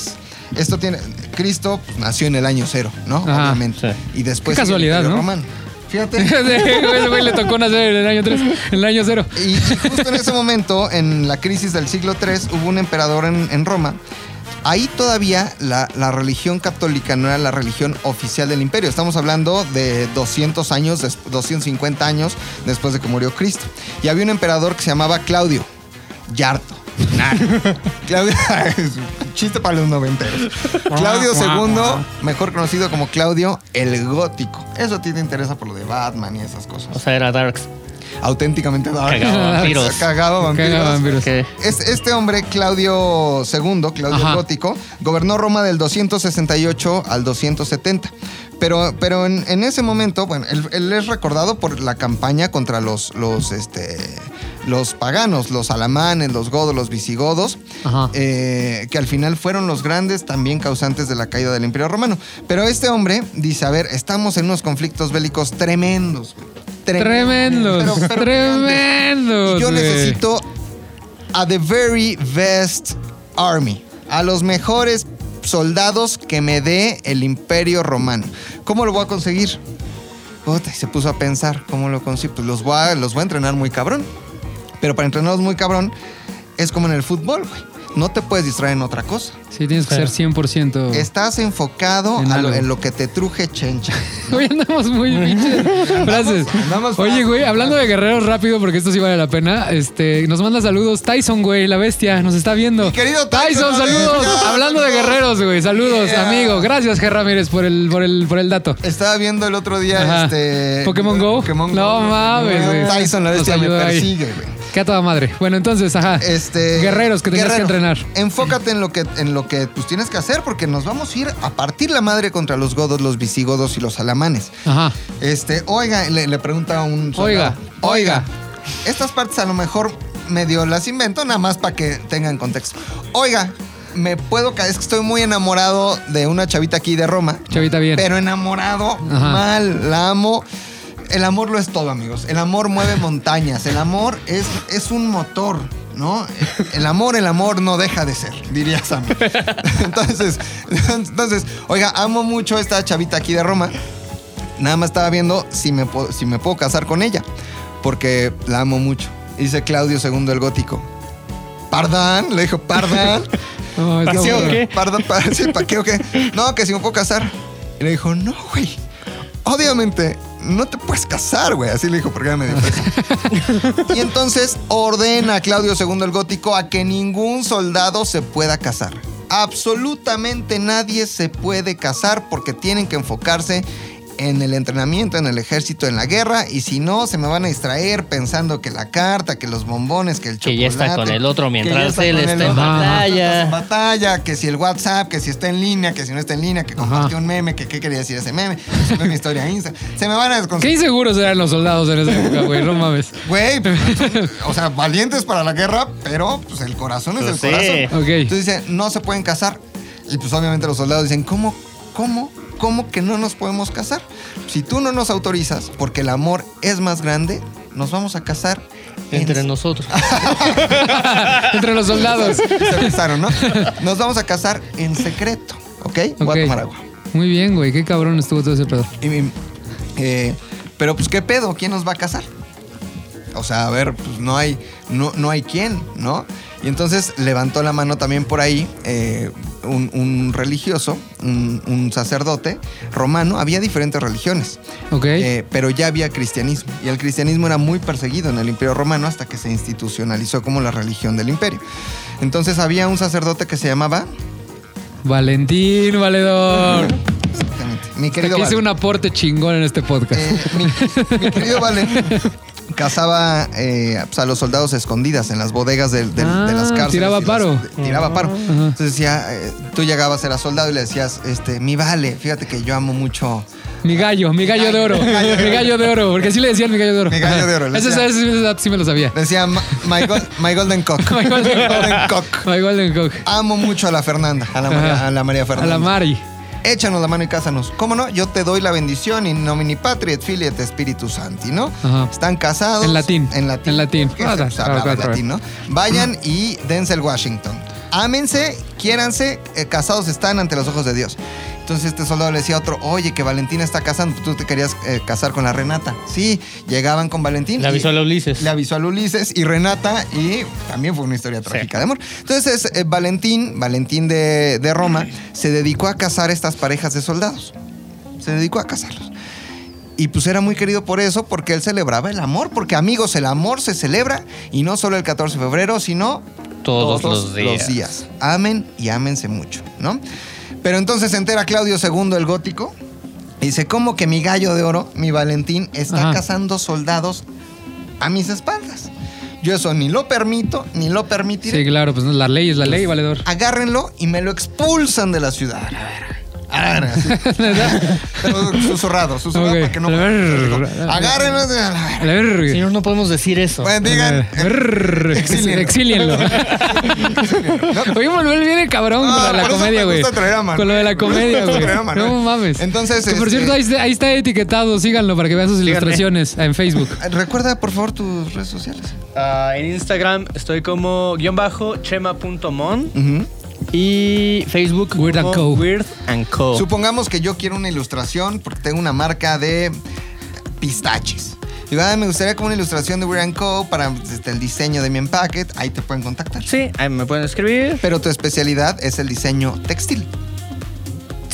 B: Esto tiene. Cristo pues, nació en el año cero, ¿no?
A: Ajá,
B: Obviamente.
C: sí.
B: Y después.
A: Qué
B: sigue el
A: casualidad,
B: Imperio
A: ¿no?
B: Romano. Fíjate.
A: Ese güey le tocó nacer en el año 3, en el año 0.
B: Y justo en ese momento, en la crisis del siglo III, hubo un emperador en, en Roma ahí todavía la, la religión católica no era la religión oficial del imperio. Estamos hablando de 200 años, des- 250 años después de que murió Cristo. Y había un emperador que se llamaba Claudio Yarto. Nah. Claudio, <laughs> es un chiste para los noventeros. Claudio II, mejor conocido como Claudio el Gótico. Eso a ti te interesa por lo de Batman y esas cosas.
C: O sea, era Darks.
B: Auténticamente Dark.
C: Cagaba vampiros.
B: <laughs> Cagaba vampiros.
A: Cagaba vampiros.
C: Que
B: Es- este hombre, Claudio II, Claudio
A: Ajá.
B: el Gótico, gobernó Roma del 268 al 270. Pero, pero en, en ese momento, bueno, él, él es recordado por la campaña contra los, los, este, los paganos, los alamanes, los godos, los visigodos,
A: Ajá.
B: eh, que al final fueron los grandes también causantes de la caída del Imperio Romano. Pero este hombre dice, a ver, estamos en unos conflictos bélicos tremendos. güey.
A: Tremendos,
B: Pero- pero
A: tremendos,
B: y yo
A: güey.
B: necesito a the very best army, a los mejores soldados que me dé el Imperio Romano. ¿Cómo lo voy a conseguir? Puta, y se puso a pensar cómo lo consigo. Pues los voy a, los voy a entrenar muy cabrón. Pero para entrenarlos muy cabrón es como en el fútbol, güey. No te puedes distraer en otra cosa.
A: Sí, tienes que
C: Pero-
A: ser 100%.
B: Estás enfocado
A: En
B: a lo-
A: algo.
B: en lo que te truje chencha.
A: <laughs> Hoy andamos muy pinches frases.
B: andamos
A: Oye,
B: frases.
A: güey, hablando de guerreros rápido, porque esto sí vale la pena, este, nos manda saludos Tyson, güey, la bestia, nos está viendo.
B: Mi querido
A: Tyson,
B: Tyson,
A: saludos.
B: venga.
A: hablando de guerreros, güey, saludos,
B: Yeah.
A: amigo. Gracias, Ger Ramírez, por el, por el, por el dato.
B: Estaba viendo el otro día
A: Ajá.
B: este.
A: ¿Pokémon Go?
B: Pokémon
A: No
B: Go.
A: mames, güey.
B: Tyson, la
A: Nos
B: bestia, me
A: ayuda ahí.
B: persigue, güey.
A: Qué a toda madre. Bueno, entonces, ajá.
B: Este,
A: guerreros que tenías
B: guerrero,
A: que entrenar.
B: Enfócate en lo que en lo que pues, tienes que hacer porque nos vamos a ir a partir la madre contra los godos, los visigodos y los alamanes.
A: Ajá.
B: Este, oiga, le, le pregunta a un soldado,
A: Oiga, oiga.
B: Estas partes a lo mejor medio las invento nada más para que tengan contexto. Oiga, me puedo ca- es que estoy muy enamorado de una chavita aquí de Roma.
A: Chavita bien.
B: Pero enamorado,
A: Ajá.
B: mal, la amo. El amor lo es todo, amigos. El amor
A: <laughs>
B: mueve montañas. El amor es, es un motor, ¿no? El amor, el amor no deja de ser, diría
A: <laughs>
B: Sam. Entonces, entonces, oiga, amo mucho a esta chavita aquí de Roma. Nada más estaba viendo si me, po- si me puedo casar con ella, porque la amo mucho. Dice Claudio II el Gótico. Pardán, le dijo,
A: <laughs>
B: pardán.
A: No, es
C: ¿Para
A: lo
C: qué o
A: bueno.
C: qué?
B: Perdón, pa- sí, ¿pa' qué o qué? No, que si me puedo casar. Y le dijo, no, güey. Obviamente, no te puedes casar, güey. Así le dijo, porque era medio fresa.
C: <laughs>
B: Y entonces ordena a Claudio II el Gótico a que ningún soldado se pueda casar. Absolutamente nadie se puede casar porque tienen que enfocarse en el entrenamiento, en el ejército, en la guerra. Y si no, se me van a distraer pensando que la carta, que los bombones, que el chocolate.
C: Que ya está con el otro
B: que ya
C: mientras
B: está
C: él
B: con el
C: está en
B: otro.
C: batalla.
B: Estás en batalla, que si el WhatsApp, que si está en línea, que si no está en línea, que compartió
A: Ajá.
B: un meme, que qué quería decir ese meme, que si no es mi historia a Insta. Se me van a
A: Qué
B: desconcentrar.
A: inseguros eran los soldados en esa época, güey. No mames.
B: Güey, pues, o sea, valientes para la guerra, pero pues el corazón es
C: Pues
B: el
C: sí.
B: corazón.
A: Ok.
B: Entonces dice, no se pueden casar. Y pues obviamente los soldados dicen, ¿cómo, cómo, cómo que no nos podemos casar? Si tú no nos autorizas, porque el amor es más grande, nos vamos a casar en
C: Entre nosotros.
B: Ah,
A: Entre los
B: <laughs>
A: soldados.
B: Se pensaron, ¿no? Nos vamos a casar en secreto, ¿ok? Voy a
A: Ok.
B: tomar agua.
A: Muy bien, güey. Qué cabrón estuvo todo ese pedo.
B: Y mi- eh, pero pues qué pedo, ¿quién nos va a casar? O sea, a ver, pues no hay, no, no hay quién, ¿no? Y entonces levantó la mano también por ahí eh, un, un religioso, un, un sacerdote romano. Había diferentes religiones,
A: Ok.
B: eh, pero ya había cristianismo. Y el cristianismo era muy perseguido en el Imperio Romano hasta que se institucionalizó como la religión del imperio. Entonces había un sacerdote que se llamaba...
A: Valentín Valedor.
B: Exactamente, Mi
A: Que
B: querido...
A: hice
B: Val.
A: un aporte chingón en este podcast.
B: Eh, mi, mi querido Valen cazaba eh, pues, a los soldados escondidas en las bodegas del- del-
A: Ah,
B: de las cárceles.
A: tiraba
B: y las-
A: paro. Ah.
B: de- tiraba paro. Entonces decía, eh, tú llegabas, eras soldado y le decías, este, mi Vale, fíjate que yo amo mucho.
A: Mi gallo, mi gallo de oro. Mi gallo de oro, porque así le decían mi gallo de oro.
B: Mi gallo de oro, le
A: Ese,
B: decía.
A: ese- ese dato sí me lo sabía.
B: Decía, "My- my, gol- my golden cock.
A: <laughs> My golden cock.
B: <laughs> Golden cock.
A: My Golden Cock.
B: Amo mucho a la Fernanda, a la María,
A: Ajá.
B: a la María
A: A
B: Fernanda.
A: la Mari.
B: Échanos la mano y cásanos. ¿Cómo no? Yo te doy la bendición in nomini patria et filii et spiritus santi, ¿no?
A: Ajá.
B: Están casados.
A: En latín.
B: En latín.
A: En latín.
B: Porque
A: Ah,
B: se-
A: da-
B: se hablaba
A: claro,
B: en
A: claro.
B: latín, ¿no? Vayan y dense el Washington. Ámense, quiéranse, eh, casados están ante los ojos de Dios. Entonces este soldado le decía a otro, oye, que Valentina está casando, tú te querías eh, casar con la Renata. Sí, llegaban con Valentín.
C: Le
B: y-
C: avisó a la Ulises.
B: le avisó a Ulises y Renata y también fue una historia trágica de amor. Entonces eh, Valentín, Valentín de, de Roma, se dedicó a cazar estas parejas de soldados. Se dedicó a cazarlos. Y pues era muy querido por eso, porque él celebraba el amor, porque amigos, el amor se celebra y no solo el 14 de febrero, sino
C: Todos los días.
B: Amen y ámense mucho, ¿no? Pero entonces se entera Claudio II el gótico y dice, ¿cómo que mi gallo de oro, mi Valentín, está
A: Ajá.
B: cazando soldados a mis espaldas? Yo eso ni lo permito, ni lo permitiré.
A: Sí, claro, pues no, la ley es la ley, valedor.
B: Agárrenlo y me lo expulsan de la ciudad. A la verga. A la verga, sí. Pero Susurrado, susurrado
A: Ok.
B: para que no...
A: A la verga.
B: Agárrenlo. a la verga.
A: A la verga.
C: Señor, no podemos decir eso.
B: Bueno, digan,
A: A la verga.
B: Exílienlo.
A: Eh, Exílienlo. Oye, Manuel viene cabrón
B: No,
A: con lo de
B: Ah,
A: la
B: por eso
A: comedia,
B: me
A: güey.
B: gusta traer a Manuel.
A: Con lo de la
B: Me gusta
A: comedia, güey.
B: traer a Manuel.
A: No mames.
B: Entonces,
A: Que, por
B: este-
A: cierto, ahí está, ahí está etiquetado. Síganlo para que vean sus ilustraciones en Facebook.
B: Recuerda, por favor, tus redes sociales.
D: Ah, en Instagram estoy como guión bajo chema.mon
B: Ujú.
C: Y Facebook
A: Weird and
C: como
A: Co.
C: Weird and Co.
B: Supongamos que yo quiero una ilustración porque tengo una marca de pistaches. Digo, ah, me gustaría como una ilustración de Weird Co. para este, el diseño de mi empaque. Ahí te pueden contactar.
D: Sí, ahí me pueden escribir.
B: Pero tu especialidad es el diseño
A: <laughs>
B: textil. <laughs>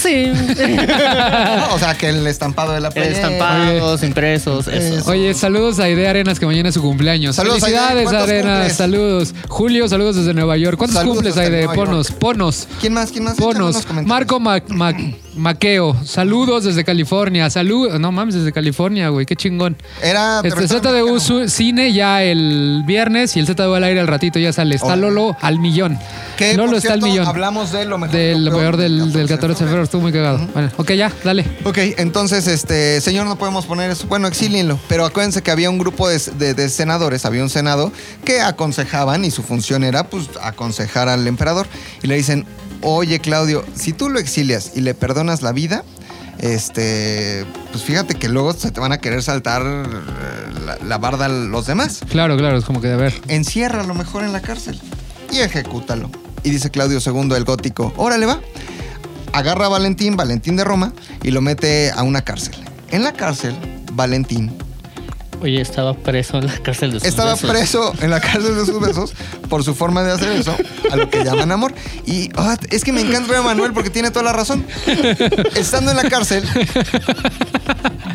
C: Sí.
B: ¿no? O sea, que el estampado de la
C: Eh,
B: piel.
C: Estampados, impresos, eso.
A: Oye, saludos a Idea Arenas que mañana es su cumpleaños.
B: Saludos, Aide.
A: Felicidades,
B: ¿Cuántos
A: Arenas.
B: cumples?
A: Saludos. Julio, saludos desde Nueva York. ¿Cuántos
B: Saludos
A: cumples,
B: hasta
A: Aide?
B: Nueva York.
A: Ponos, ponos.
B: ¿Quién más? ¿Quién más? Échame unos
A: Ponos.
B: comentarios.
A: Marco Ma- Ma- Maqueo, saludos desde California. Saludos. No mames, desde California, güey. Qué chingón.
B: Era. pero
A: Este
B: estaba
A: ZDU
B: Ah, mexicano.
A: su- Cine ya el viernes y el ZDU al aire al ratito ya sale. Está
B: Órale.
A: Lolo al millón.
B: Que,
A: Lolo
B: por
A: está al
B: cierto,
A: millón.
B: Hablamos de lo mejor. y
A: Del
B: lo
A: lo peor del, del 14 de
B: febrero.
A: febrero. Estuvo muy cagado. Bueno, ok, ya, dale.
B: Ok, entonces, este, señor, no podemos poner eso. Bueno, exílienlo. Pero acuérdense que había un grupo de, de- de senadores, había un senado que aconsejaban y su función era, pues, aconsejar al emperador. Y le dicen, oye, Claudio, si tú lo exilias y le perdonas la vida, este, pues fíjate que luego se te van a querer saltar eh, la, la barda los demás.
A: Claro, claro, es como que de ver.
B: Encierra lo mejor en la cárcel y ejecútalo. Y dice Claudio II el gótico, órale va. Agarra a Valentín, Valentín de Roma, y lo mete a una cárcel. En la cárcel, Valentín
C: Oye, estaba preso en la cárcel de sus
B: estaba
C: besos.
B: preso en la cárcel
A: <laughs>
B: de sus besos por su forma de hacer eso, a lo que llaman amor. Y ah, es que me encanta a Manuel porque tiene toda la razón. Estando en la cárcel,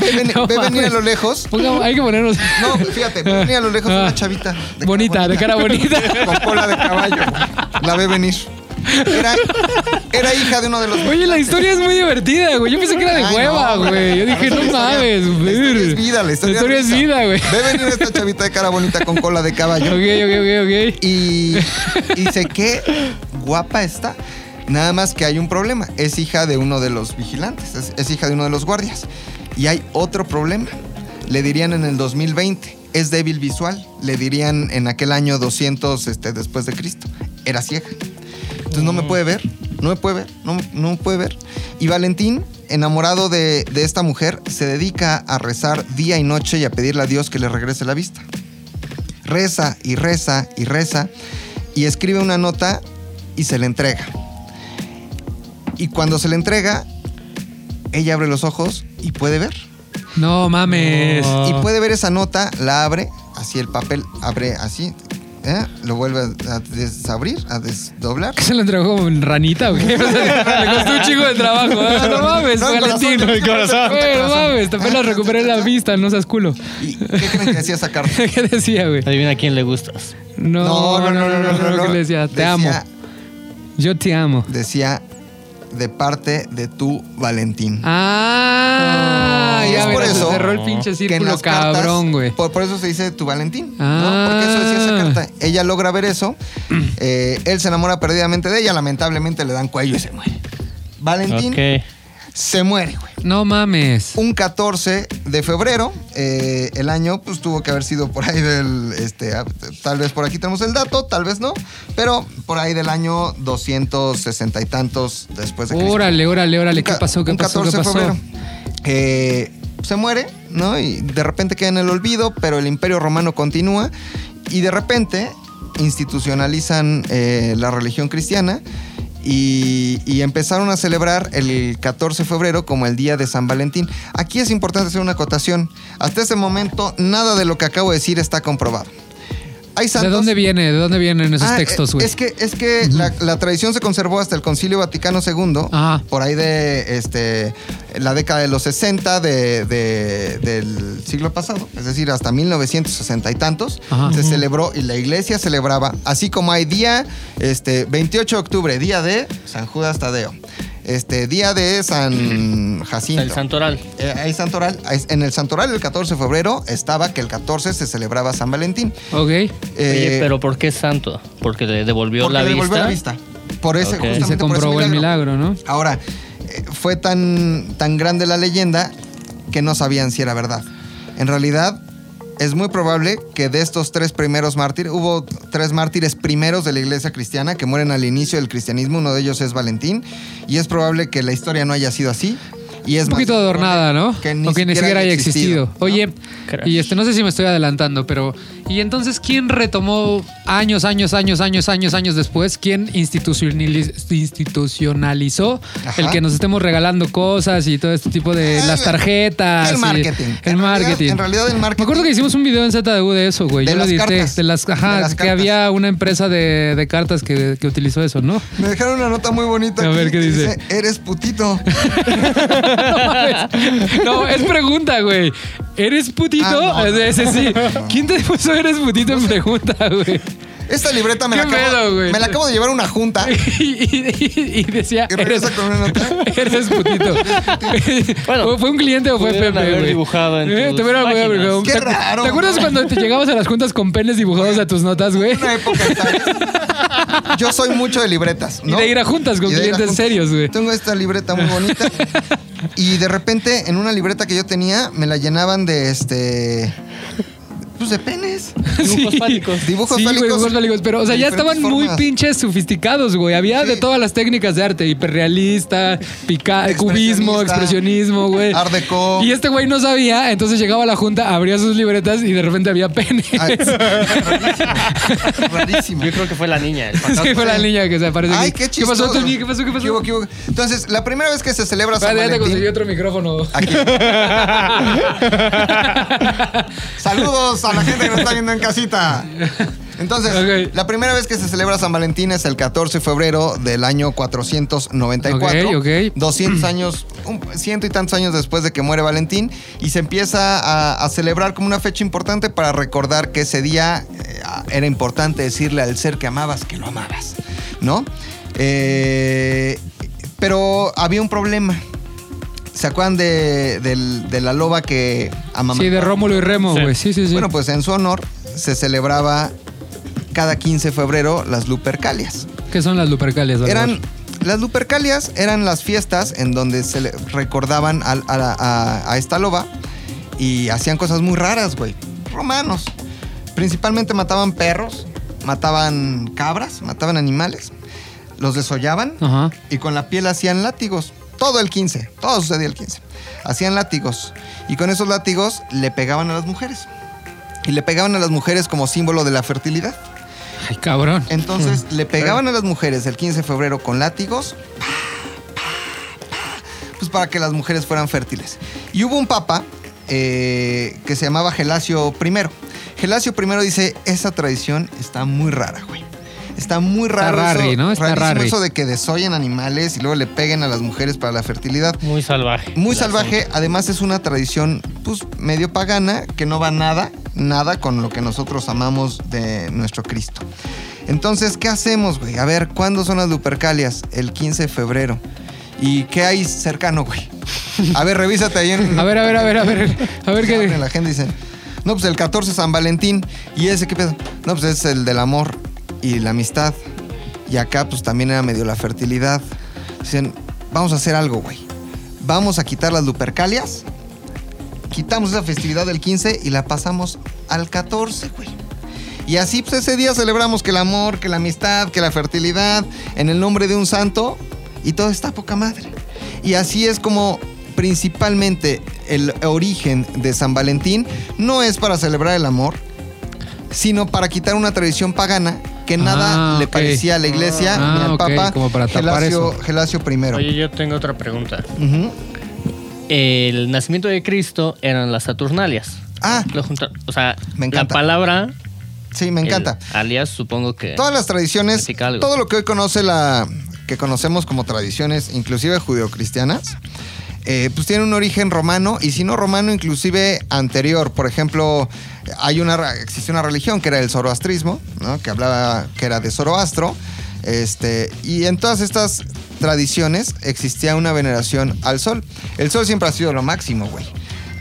B: ve, ven-
A: No
B: ve venir a
A: mames.
B: lo lejos.
A: Pongamos- Pues, hay que ponernos.
B: <laughs> No, fíjate, ve venir a lo lejos una
A: Ah.
B: chavita. de
A: bonita, de cara bonita.
B: <laughs> con cola de caballo. güey. La ve venir. Era, era hija de uno de los.
A: <laughs> Oye, la historia es muy divertida, güey. Yo pensé que era de
B: Ay,
A: hueva,
B: no,
A: güey. Yo dije,
B: la
A: no
B: historia-
A: mames.
B: La historia es
A: brr.
B: vida, la historia,
A: La historia es
B: risa.
A: vida, güey.
B: Ve venir esta chavita de cara bonita con cola de
A: <laughs>
B: caballo.
A: Ok, ok, ok, ok.
B: Y y dice que guapa está. Nada más que hay un problema. Es hija de uno de los vigilantes, es, es hija de uno de los guardias. Y hay otro problema. Le dirían en el 2020, es débil visual. Le dirían en aquel año 200 este, después de Cristo. Era ciega. Entonces no me puede ver, no me puede ver, no, no me puede ver. Y Valentín, enamorado de, de esta mujer, se dedica a rezar día y noche y a pedirle a Dios que le regrese la vista. Reza y reza y reza y escribe una nota y se le entrega. Y cuando se le entrega, ella abre los ojos y puede ver.
A: No mames.
C: No.
B: Y puede ver esa nota, la abre, así el papel abre así, ¿eh? lo vuelve a desabrir, a desdoblar.
A: ¿Qué se le entregó como en ranita o qué? <laughs> O sea, le costó un chico de trabajo. ¿eh? No mames,
B: No, el corazón,
A: Valentín.
B: el corazón.
A: Güey, no mames, te apenas recuperé la vista, no seas culo. <laughs>
B: ¿Y qué creen que decía esa carta?
A: ¿Qué decía, güey?
C: Adivina quién le gustas.
A: No, no, no, no, no, ¿qué le decía? Te
B: Decía-
A: amo. Yo te amo.
B: Decía, de parte de tu Valentín.
A: Ah,
B: Es
A: ya
B: por
A: verás, se
B: eso
A: cerró el pinche
B: Que en
A: círculo
B: las cartas-
A: cabrón, güey.
B: Por, por eso se dice tu Valentín.
A: Ah.
B: ¿no? Porque eso decía esa carta. Ella logra ver eso. <clears throat> eh, él se enamora perdidamente de ella. Lamentablemente le dan cuello y se muere. Valentín
C: Ok.
B: se muere, güey.
A: No mames.
B: Un 14 de febrero, eh, el año pues tuvo que haber sido por ahí del, este, ah, tal vez por aquí tenemos el dato, tal vez no, pero por ahí del año 260 y tantos después de Cristo.
A: Órale, órale, órale.
B: Un
A: ¿Qué
B: ca-
A: pasó? ¿Qué
B: un
A: pasó? ¿Qué
B: 14 de
A: pasó?
B: febrero. Eh, se muere, ¿no? Y de repente queda en el olvido, pero el imperio romano continúa y de repente institucionalizan eh, la religión cristiana y, y empezaron a celebrar el 14 de febrero como el día de San Valentín. Aquí es importante hacer una acotación. Hasta ese momento, nada de lo que acabo de decir está comprobado. Hay
A: ¿De
B: santos-
A: dónde viene? ¿De dónde vienen esos
B: Ah,
A: textos,
B: eh,
A: güey?
B: Es que, es que la, la tradición se conservó hasta el Concilio Vaticano II,
A: Ajá.
B: por ahí de este, la década de los 60 de- de- del siglo pasado, es decir, hasta 1960 y tantos,
A: Ajá.
B: se celebró y la iglesia celebraba, así como hay día este, 28 de octubre, día de San Judas Tadeo, este, día de San Jacinto.
C: El santoral.
B: Eh, hay santoral, hay- en el santoral el 14 de febrero estaba que el 14 se celebraba San Valentín.
A: Ok.
B: Eh,
C: Oye, pero ¿por qué santo? Porque le devolvió,
B: porque
C: la,
B: le
C: vista.
B: devolvió Por ese,
C: Ok.
B: justamente
A: Y se
B: por ese
A: comprobó el milagro, ¿no?
B: Ahora, eh, fue tan, tan grande la leyenda que no sabían si era verdad. En realidad, es muy probable que de estos tres primeros mártires, hubo tres mártires primeros de la iglesia cristiana que mueren al inicio del cristianismo, uno de ellos es Valentín, y es probable que la historia no haya sido así. Y es
A: Un
B: más
A: poquito
B: probable
A: adornada, ¿no?
B: Que
A: o que ni siquiera haya existido.
B: ¿no?
A: Oye,
C: Crash.
A: y este, no sé si me estoy adelantando, pero. ¿Y entonces quién retomó años, años, años, años, años, años después? ¿Quién institucionaliz- institucionalizó
B: Ajá.
A: el que nos estemos regalando cosas y todo este tipo de.
B: El-
A: las tarjetas.
B: el
A: y-
B: marketing.
A: El
B: En realidad-
A: marketing.
B: en realidad el marketing-
A: Me acuerdo que hicimos un video en ZDU de eso, güey.
B: De
A: Yo lo
B: las
A: edité.
B: cartas.
A: De las. Ajá,
B: De las
A: que
B: cartas.
A: había una empresa de, de cartas que, que utilizó eso, ¿no?
B: Me dejaron una nota muy bonita.
A: A
B: aquí
A: ver, ¿qué
B: que
A: dice?
B: Eres putito.
A: No, es pregunta, güey. ¿Eres putito?
B: Ah, no, no.
A: Ese sí. ¿Quién te puso eres putito en pregunta, güey?
B: Esta libreta me la,
A: ¿Qué
B: acabo,
A: pedo, güey?
B: me la acabo de llevar a una junta.
A: <laughs> Y, y- y- y decía,
B: Y
A: eres,
B: regresa con una nota.
A: eres putito.
C: Bueno,
A: ¿O ¿Fue un cliente o fue
C: pudieron
A: Pepe,
C: haber
A: güey? Eh,
C: dibujado en tus
A: te hubieran
C: páginas.
A: dibujado.
B: Qué
A: ¿Te-
B: raro,
A: ¿Te acuerdas
B: güey.
A: cuando te llegabas a las juntas con penes dibujados a tus notas, güey?
B: una época, ¿sabes? Yo soy mucho de libretas.
A: Y
B: ¿no?
A: de ir a juntas con
B: Y de ir a
A: clientes
B: juntas.
A: serios, güey.
B: Tengo esta libreta muy bonita. y de repente, en una libreta que yo tenía, me la llenaban de este. Pues de penes.
C: Dibujos
A: Sí.
C: fálicos.
B: Dibujos
A: Sí, güey,
B: fálicos.
A: dibujos fálicos. Pero, o sea,
B: de
A: ya
B: diferentes
A: estaban muy
B: formas.
A: pinches sofisticados, güey. Había de
B: Sí.
A: todas las técnicas de arte: hiperrealista, pica-
B: Expresionista.
A: cubismo, expresionismo, güey.
B: Art Deco.
A: Y este güey no sabía, entonces llegaba a la junta, abría sus libretas y de repente había penes. <laughs>
B: Ay, rarísimo. Rarísimo.
C: Yo creo que fue la niña. el fantasma.
A: Sí, fue la niña que se aparece.
B: Ay,
A: aquí.
B: qué chistoso.
A: ¿Qué pasó, Tony? ¿Qué pasó? ¿Qué pasó?
B: ¿Qué hubo, qué hubo? Entonces, la primera vez que se celebra San
A: Espérate, ya te conseguí
B: Valentín.
A: otro micrófono.
B: Aquí. Saludos a la gente que nos está viendo en casita. Entonces,
A: Ok.
B: la primera vez que se celebra San Valentín es el 14 de febrero del año 494.
A: Ok, ok.
B: 200 años, un ciento y tantos años después de que muere Valentín. Y se empieza a, a celebrar como una fecha importante para recordar que ese día eh, era importante decirle al ser que amabas que lo amabas, ¿no? Eh, pero había un problema. ¿Se acuerdan de, del- de la loba que amamantó?
A: Sí, de Rómulo y Remo,
C: Sí.
A: güey. Sí, sí, sí.
B: Bueno, pues en su honor se celebraba cada 15 de febrero las Lupercalias.
A: ¿Qué son las lupercalias? Bárbara?
B: Eran las Lupercalias eran las fiestas en donde se le recordaban al- a, la- a- a esta loba y hacían cosas muy raras, güey. Romanos. Principalmente mataban perros, mataban cabras, mataban animales, los desollaban
A: Ajá.
B: y con la piel hacían látigos. Todo el 15, todo sucedía el 15. Hacían látigos y con esos látigos le pegaban a las mujeres. Y le pegaban a las mujeres como símbolo de la fertilidad.
A: Ay, cabrón.
B: Entonces le pegaban a las mujeres el 15 de febrero con látigos, pa, pa, pa, pues para que las mujeres fueran fértiles. Y hubo un papa eh, que se llamaba Gelasio I. Gelasio I dice, esa tradición está muy rara, güey. Está muy raro.
A: rari,
B: eso,
A: ¿no? Está
B: rarísimo
A: rari.
B: eso de que desollen animales y luego le peguen a las mujeres para la fertilidad.
C: Muy salvaje.
B: Muy
C: La
B: salvaje, además es una tradición pues medio pagana que no va nada, nada con lo que nosotros amamos de nuestro Cristo. Entonces, ¿qué hacemos, güey? A ver, ¿cuándo son las Lupercalias? El 15 de febrero. ¿Y qué hay cercano, güey? A ver, revísate ahí en...
A: A ver, a ver, a ver, a ver. A ver
B: en
A: qué.
B: la agenda dicen, no, pues el 14 San Valentín. ¿Y ese qué pedo? No, pues es el del amor y la amistad. Y acá, pues también era medio la fertilidad. Dicen, vamos a hacer algo, güey. Vamos a quitar las lupercalias. Quitamos esa festividad del 15 y la pasamos al 14, güey. Y así, pues ese día celebramos que el amor, que la amistad, que la fertilidad, en el nombre de un santo, y todo está a poca madre. Y así es como principalmente el origen de San Valentín no es para celebrar el amor, sino para quitar una tradición pagana que nada
A: Ah,
B: le
A: ok.
B: parecía a la iglesia
A: Ah,
B: ni al
A: ok,
B: Papa
A: como para tapar
B: Gelasio,
A: eso.
B: Gelasio I.
C: Oye, yo tengo otra pregunta.
B: Ujú.
C: El nacimiento de Cristo eran las Saturnalias.
B: Ah,
C: Lo junta- o sea,
B: Me
C: la
B: encanta.
C: palabra.
B: sí, me encanta.
C: el alias, supongo que.
B: Todas las tradiciones,
C: Significa algo.
B: todo lo que hoy conoce la que conocemos como tradiciones, inclusive judeocristianas, eh, pues tiene un origen romano y si no romano, inclusive anterior. Por ejemplo, hay una ra- existe una religión que era el zoroastrismo, ¿no? que hablaba que era de Zoroastro, este y en todas estas tradiciones existía una veneración al sol. El sol siempre ha sido lo máximo, güey.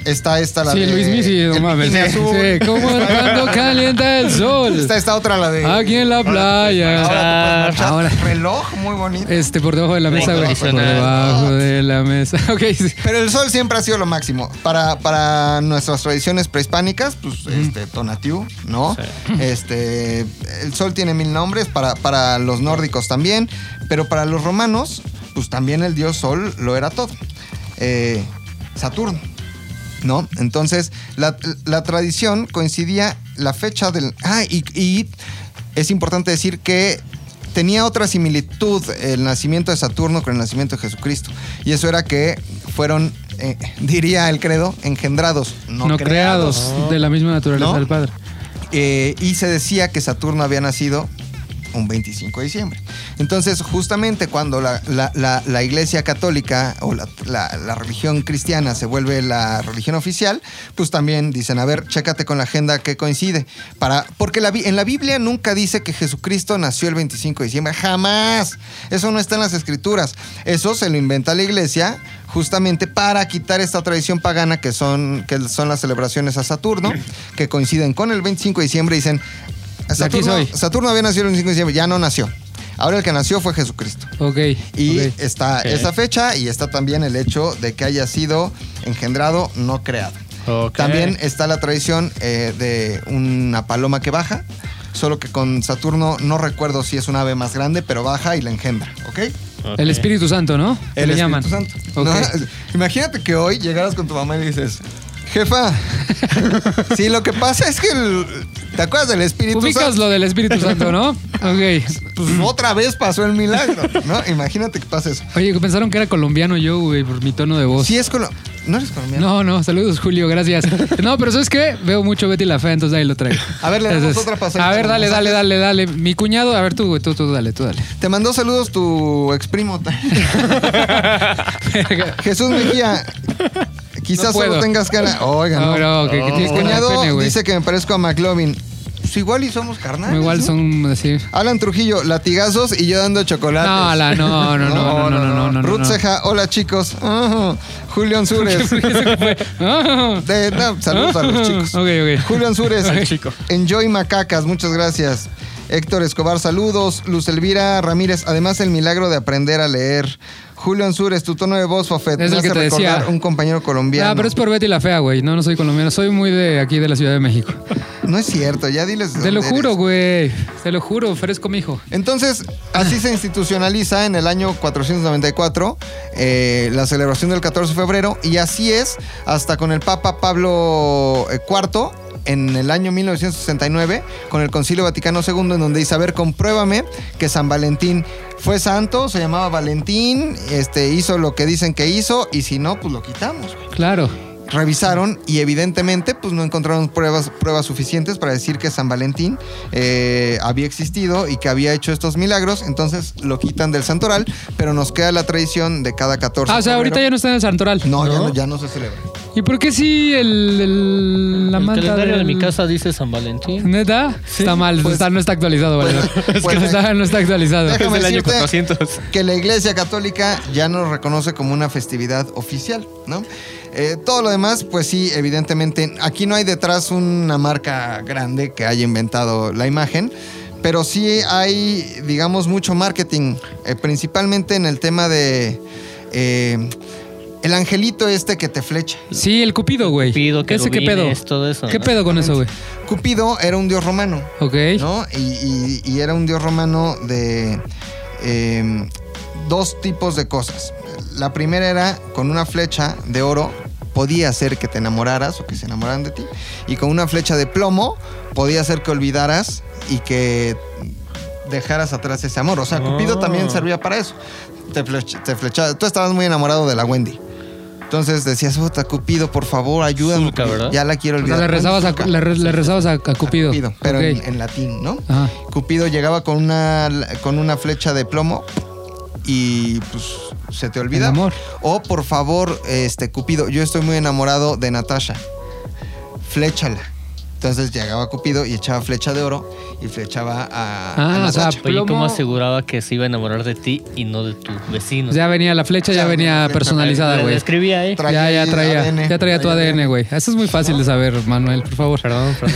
B: Está esta la
A: Sí,
B: de
A: Luis Misi, no
B: el
A: mames.
B: bikini
A: Sí,
B: azul. <laughs>
A: sí, ¿Cómo Ah, cuando calienta el sol?
B: Está esta otra la de
A: Aquí en la playa.
B: Ahora, te puedes marchar.
A: Ahora.
B: reloj muy bonito.
A: Este, por debajo de la mesa, güey. Por
C: Incondicional.
A: debajo de la mesa. <laughs> Ok, sí.
B: Pero el sol siempre ha sido lo máximo. Para, para nuestras tradiciones prehispánicas, pues este, Tonatiu, ¿no? Este, el sol tiene mil nombres, para, para los nórdicos también, pero para los romanos, pues también el dios sol lo era todo. Eh, Saturno, ¿no? Entonces, la, la tradición coincidía la fecha del... Ah, y, y es importante decir que tenía otra similitud el nacimiento de Saturno con el nacimiento de Jesucristo. Y eso era que fueron, eh, diría el credo, engendrados, no,
A: No, creados,
B: creados.
A: de la misma naturaleza
B: ¿No?
A: del Padre.
B: Eh, y se decía que Saturno había nacido un 25 de diciembre. Entonces, justamente cuando la, la- la- la iglesia católica o la, la- la religión cristiana se vuelve la religión oficial, pues también dicen, a ver, chécate con la agenda que coincide. Para, porque la, Bi- en la Biblia nunca dice que Jesucristo nació el 25 de diciembre, jamás. Eso no está en las escrituras. Eso se lo inventa la iglesia justamente para quitar esta tradición pagana que son, que son las celebraciones a Saturno, que coinciden con el 25 de diciembre, dicen...
A: De aquí
B: Eh, Saturno,
A: soy.
B: Saturno había nacido el 25 de diciembre, ya no nació. Ahora el que nació fue Jesucristo.
A: Ok.
B: Y
A: ok.
B: está
C: Ok.
B: esa fecha y está también el hecho de que haya sido engendrado, no creado.
C: Ok.
B: También está la tradición eh, de una paloma que baja, solo que con Saturno no recuerdo si es un ave más grande, pero baja y la engendra, ¿ok?
C: Ok.
A: El Espíritu Santo, ¿no? Que
B: El
A: le
B: Espíritu
A: llaman.
B: Santo.
A: Ok.
B: No, <laughs> Imagínate que hoy llegaras con tu mamá y le dices,
A: <laughs>
B: jefa, sí, lo que pasa es que el- te acuerdas del Espíritu
A: Ubicas
B: Santo.
A: lo del Espíritu
B: <laughs>
A: Santo, ¿no? Ok.
B: Pues
A: Mm.
B: otra vez pasó el milagro,
A: <laughs>
B: ¿no? Imagínate que pasa eso.
A: Oye, que pensaron que era colombiano yo, güey, por mi tono de voz.
B: Si es colombiano. ¿No eres colombiano?
A: Pues, No, no, saludos,
B: <laughs>
A: Julio, gracias. No, pero ¿sabes qué? Veo mucho Betty la Fea, entonces ahí lo traigo.
B: A ver, le damos
A: Entonces,
B: otra pasadita.
A: A ver, dale, dale,
B: Mensajes.
A: dale, dale. Mi cuñado, a ver tú, güey, tú, tú, dale, tú, dale.
B: Te mandó saludos tu ex
A: <laughs>
B: primo. <laughs> Jesús Mejía. Quizás
A: No puedo.
B: solo tengas cara. Oiga, no.
A: No, no, que, que
B: Mi
A: tienes que dar
B: cuñado
A: pene, güey.
B: dice que me parezco a McLovin. Pues igual y somos carnales.
A: Igual
B: ¿no? <laughs>
A: son así.
B: Alan Trujillo, latigazos y yo dando chocolates.
A: No, la,
B: <laughs>
A: no, no, no, no, no, no, no, no.
B: Ruth Ceja, hola chicos. <laughs> Ah, Julián
A: <laughs>
B: Sures.
A: Ah.
B: De- no, saludos a los
A: <laughs>
B: chicos.
A: Ok, ok. Ah,
B: Julián
A: <laughs>
B: Sures.
A: Al
B: chico. Enjoy Macacas, muchas gracias. Héctor Escobar, saludos. Luz Elvira Ramírez, además el milagro de aprender a leer. Julián Sures, tu tono de voz, Fafet.
A: Es
B: me
A: el que
B: hace
A: te decía.
B: recordar un compañero colombiano.
A: Ah, pero es por Betty la Fea, güey. No, no soy colombiano. Soy muy de aquí, de la Ciudad
B: <laughs>
A: de México.
B: No es cierto, ya diles.
A: Te lo
B: dónde
A: juro,
B: eres.
A: güey. Te lo juro, fresco, mijo.
B: Entonces, así se institucionaliza en el año 494 eh, la celebración del 14 de febrero y así es hasta con el Papa Pablo eh, IV en el año 1969 con el Concilio Vaticano II en donde dice, a ver, compruébame que San Valentín fue santo, se llamaba Valentín, este, hizo lo que dicen que hizo y si no, pues lo quitamos. güey".
A: Claro.
B: Revisaron y evidentemente pues no encontraron pruebas, pruebas suficientes para decir que San Valentín eh, había existido y que había hecho estos milagros, entonces lo quitan del santoral, pero nos queda la tradición de cada 14.
A: Ah, o sea,
B: de
A: ahorita ya
B: febrero.
A: no está en el santoral.
B: No, ya no, ya no se celebra.
A: ¿Y por qué si el, el- la
C: El
A: manta
C: calendario de
A: del-
C: mi casa dice San Valentín.
A: ¿Neta? está mal,
B: Pues-
A: está- no está actualizado, vale. <laughs>
B: pues-
A: no, está, no está actualizado.
C: eh.
B: Déjame
D: Desde el año
B: decirte
D: 400.
B: que la Iglesia Católica ya nos reconoce como una festividad oficial, ¿no? Eh, todo lo demás, pues sí, evidentemente, aquí no hay detrás una marca grande que haya inventado la imagen, pero sí hay, digamos, mucho marketing, eh, principalmente en el tema de... eh, el angelito este que te flecha.
A: Sí, el Cupido, güey.
C: Pido que
A: ¿Ese qué pedo?
C: todo eso.
A: ¿Qué
C: ¿no?
A: pedo con eso, güey?
B: Cupido era un dios romano.
A: Ok.
B: ¿no? Y, y- y era un dios romano de eh, dos tipos de cosas. La primera era con una flecha de oro podía hacer que te enamoraras o que se enamoraran de ti. Y con una flecha de plomo podía hacer que olvidaras y que dejaras atrás ese amor. O sea, Cupido
A: Ah.
B: también servía para eso. Te, flech- te flechaba. Tú estabas muy enamorado de la Wendy. Entonces decías, puta, Cupido, por favor, ayúdame.
C: Zulka,
B: porque
C: ¿verdad?
B: Ya la quiero
A: O sea,
B: olvidar.
A: le rezabas a,
B: Zulka.
A: le, re- le rezabas a, a Cupido.
B: Cupido, pero
A: Ok.
B: en, en latín, ¿no?
A: Ajá.
B: Cupido llegaba con una, con una flecha de plomo y pues se te olvida.
A: El amor.
B: O por favor, este Cupido, yo estoy muy enamorado de Natasha. Fléchala. Entonces llegaba Cupido y echaba flecha de oro y flechaba a, a
A: Ah, o sea,
B: Natasha.
A: Plomo.
C: Oye, ¿cómo aseguraba que se iba a enamorar de ti y no de tu vecino?
A: Ya venía la flecha, ya
B: Ya,
A: venía
B: flecha.
A: personalizada,
C: Le- Le
A: güey.
C: escribía, ¿eh?
B: Tra-
A: Ya,
B: Traía
A: ya traía,
B: ADN.
A: ya traía tu ADN, güey. Eso es muy fácil de saber, Manuel, por favor.
C: Perdón, perdón.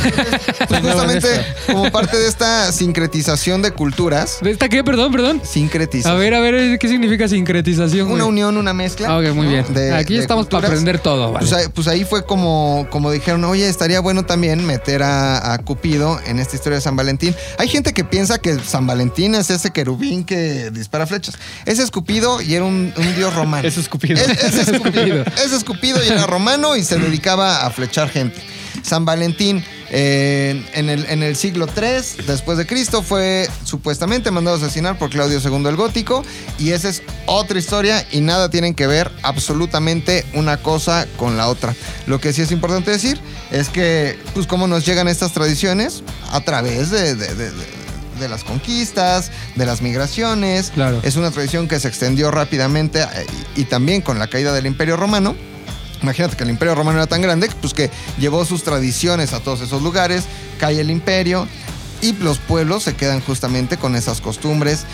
B: Pues, justamente como parte de esta sincretización de culturas,
A: ¿De esta qué? Perdón, perdón. A
B: sincretización.
A: ver, a ver, ¿qué significa sincretización?
B: Una
A: güey?
B: unión, una mezcla.
A: Ah, ok, muy
B: ¿no?
A: bien.
B: de-
A: Aquí
B: de
A: estamos para
B: culturas.
A: aprender todo, vale.
B: Pues ahí, pues ahí fue como, como dijeron, oye, estaría bueno también meter a, a Cupido en esta historia de San Valentín. Hay gente que piensa que San Valentín es ese querubín que dispara flechas. Ese es Cupido y era un, un dios
C: <laughs>
B: romano.
C: Ese <laughs> es Cupido.
B: Es- Ese es Cupido.
A: Cupido.
B: Ese es Cupido y era romano y se dedicaba a flechar gente. San Valentín eh, en, el, en el siglo III después de Cristo fue supuestamente mandado a asesinar por Claudio II el Gótico y esa es otra historia y nada tienen que ver absolutamente una cosa con la otra. Lo que sí es importante decir es que pues cómo nos llegan estas tradiciones a través de- de- de- de de las conquistas, de las migraciones.
A: Claro.
B: Es una tradición que se extendió rápidamente eh, y, y también con la caída del Imperio Romano. Imagínate que el Imperio Romano era tan grande que, pues, que llevó sus tradiciones a todos esos lugares, cae el imperio y los pueblos se quedan justamente con esas costumbres.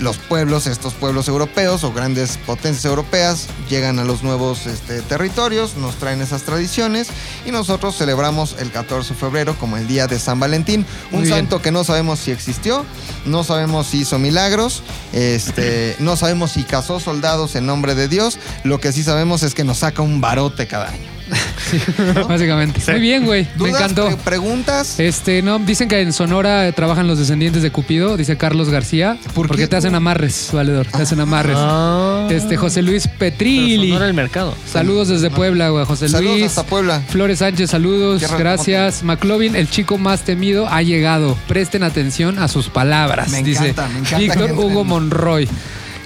B: Los pueblos, estos pueblos europeos o grandes potencias europeas, llegan a los nuevos este, territorios, nos traen esas tradiciones y nosotros celebramos el 14 de febrero como el día de San Valentín, un
A: Muy bien.
B: santo que no sabemos si existió, no sabemos si hizo milagros, este, no sabemos si cazó soldados en nombre de Dios, lo que sí sabemos es que nos saca un barote cada año.
A: <laughs> Básicamente. Muy bien, güey. Me
B: ¿Dudas,
A: encantó.
B: pre- preguntas?
A: Este, no, dicen que en Sonora eh, trabajan los descendientes de Cupido, dice Carlos García.
B: ¿Por
A: porque
B: qué?
A: te hacen amarres, valedor. Te hacen amarres.
C: Ah.
A: Este, José Luis
C: Pero
A: Petrilli.
C: sonora el mercado.
A: Saludos desde Puebla, güey. José
B: Saludos
A: Luis.
B: hasta Puebla.
A: Flores Sánchez, saludos,
B: Qué raro,
A: gracias. McLovin, el chico más temido, ha llegado. Presten atención a sus palabras,
B: Me
A: dice
B: encanta, me encanta
A: Víctor
B: que-
A: Hugo Monroy.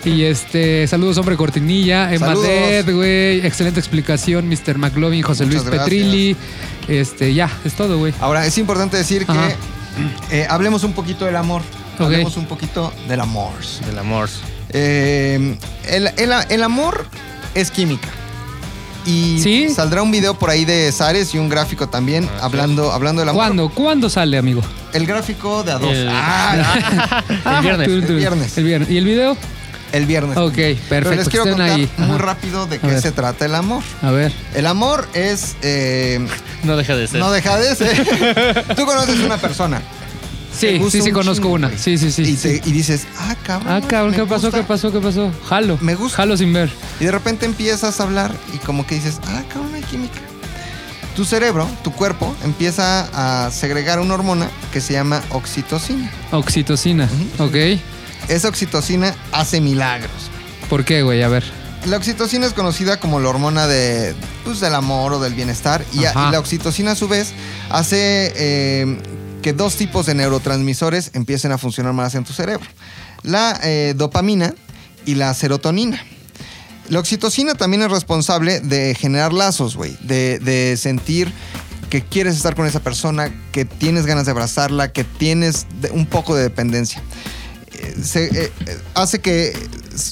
A: Y este, saludos, hombre cortinilla, Emma
B: Saludos.
A: Dead, güey. Excelente explicación, Mr. McLovin, José
B: Muchas
A: Luis
B: gracias.
A: Petrilli. Este, ya, es todo, güey.
B: Ahora, es importante decir que
A: Ajá.
B: <clears throat> eh, hablemos un poquito del amor.
A: Ok.
B: Hablemos un poquito del amor.
C: Del amor.
B: Eh, el, el- el amor es química. Y
A: ¿Sí?
B: saldrá un video por ahí de Zares y un gráfico también hablando, hablando del amor.
A: ¿Cuándo? ¿Cuándo sale, amigo?
B: El gráfico de a dos.
C: El-
A: <laughs>
B: Ah,
A: Ah,
C: El viernes.
A: tú, tú.
B: El viernes.
A: El viernes. ¿Y el video?
B: el viernes.
A: Ok,
B: Pero
A: perfecto.
B: les quiero
A: estén
B: contar
A: ahí.
B: muy
A: Ajá.
B: rápido de
A: A
B: qué
A: ver.
B: se trata el amor.
A: A ver.
B: El amor es. eh,
C: No deja de ser.
B: no deja de
A: <laughs>
B: ser. Tú conoces una persona. te
A: Sí,
B: gusta
A: sí, sí,
B: un
A: conozco
B: chingo,
A: una.
B: güey.
A: Sí, sí, sí.
B: y,
A: sí.
B: te- y dices, ah, cabrón.
A: Ah, cabrón,
B: me
A: ¿qué pasó?
B: gusta".
A: ¿Qué pasó? ¿Qué pasó? Jalo.
B: Me gusta.
A: Jalo sin ver.
B: Y de repente empiezas a hablar y como que dices, ah, cabrón, hay química. Tu cerebro, tu cuerpo, empieza a segregar una hormona que se llama oxitocina.
A: Oxitocina. Ok.
B: Esa oxitocina hace milagros.
A: ¿Por qué, güey? A ver.
B: La oxitocina es conocida como la hormona de, pues, del amor o del bienestar. Y, a-
A: Ajá.
B: y la oxitocina, a su vez, hace eh, que dos tipos de neurotransmisores empiecen a funcionar más en tu cerebro: la eh, dopamina y la serotonina. La oxitocina también es responsable de generar lazos, güey, de, de sentir que quieres estar con esa persona, que tienes ganas de abrazarla, que tienes de- un poco de dependencia se, eh, eh, hace que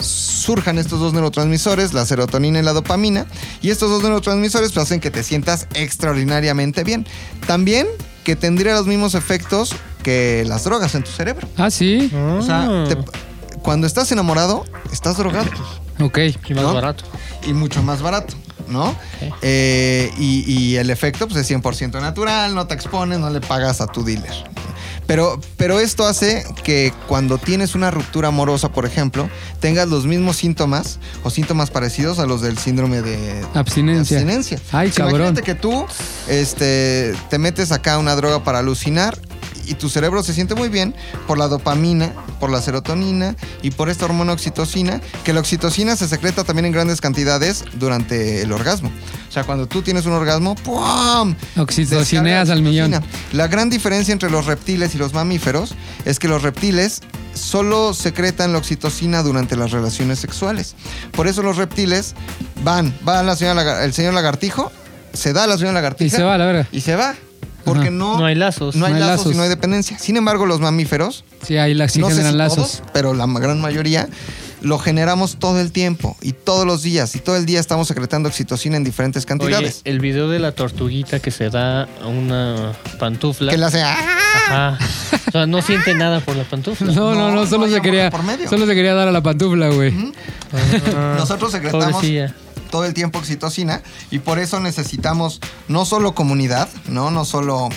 B: surjan estos dos neurotransmisores, la serotonina y la dopamina, y estos dos neurotransmisores pues, hacen que te sientas extraordinariamente bien. También que tendría los mismos efectos que las drogas en tu cerebro.
A: Ah, sí.
B: O sea, te- cuando estás enamorado, estás drogado
A: Ok.
C: Y más
B: ¿no?
C: barato.
B: y mucho más barato, ¿no? Eh, y, y el efecto pues, es 100% natural, no te expones, no le pagas a tu dealer. Pero, pero esto hace que cuando tienes una ruptura amorosa, por ejemplo, tengas los mismos síntomas o síntomas parecidos a los del síndrome de
A: Abstinencia.
B: de abstinencia.
A: Ay,
B: Pues
A: cabrón.
B: Imagínate que tú este, te metes acá una droga para alucinar y tu cerebro se siente muy bien por la dopamina, por la serotonina y por esta hormona oxitocina, que la oxitocina se secreta también en grandes cantidades durante el orgasmo. O sea, cuando tú tienes un orgasmo, ¡pum!
A: Oxitocineas
B: Descarga
A: al millón.
B: oxitocina. La gran diferencia entre los reptiles y los mamíferos es que los reptiles solo secretan la oxitocina durante las relaciones sexuales. Por eso los reptiles van, va la señora lagar- el señor lagartijo, se da a la señora lagartija
A: Y se va a la verga.
B: y se va, Porque
A: Ajá.
B: no,
C: No hay lazos.
B: no hay
A: No hay
B: lazos
A: lazos.
B: y no hay dependencia. Sin embargo, los mamíferos
A: Sí, ahí las sí
B: no sé
A: generan
B: si
A: lazos.
B: todos, pero la ma- gran mayoría lo generamos todo el tiempo y todos los días y todo el día estamos secretando oxitocina en diferentes
C: Oye,
B: cantidades.
C: el video de la tortuguita que se da a una pantufla.
B: que le hace ¡ah!
C: Ajá. O sea, no siente nada por la pantufla.
B: <laughs>
A: <laughs> No, no, no,
B: No,
A: solo
B: no hay
A: se
B: amor
A: quería.
B: de por medio.
A: Solo se quería dar a la pantufla, güey.
B: Nosotros secretamos
C: Ah. Pobrecilla.
B: todo el tiempo oxitocina y por eso necesitamos no solo comunidad, no, no solo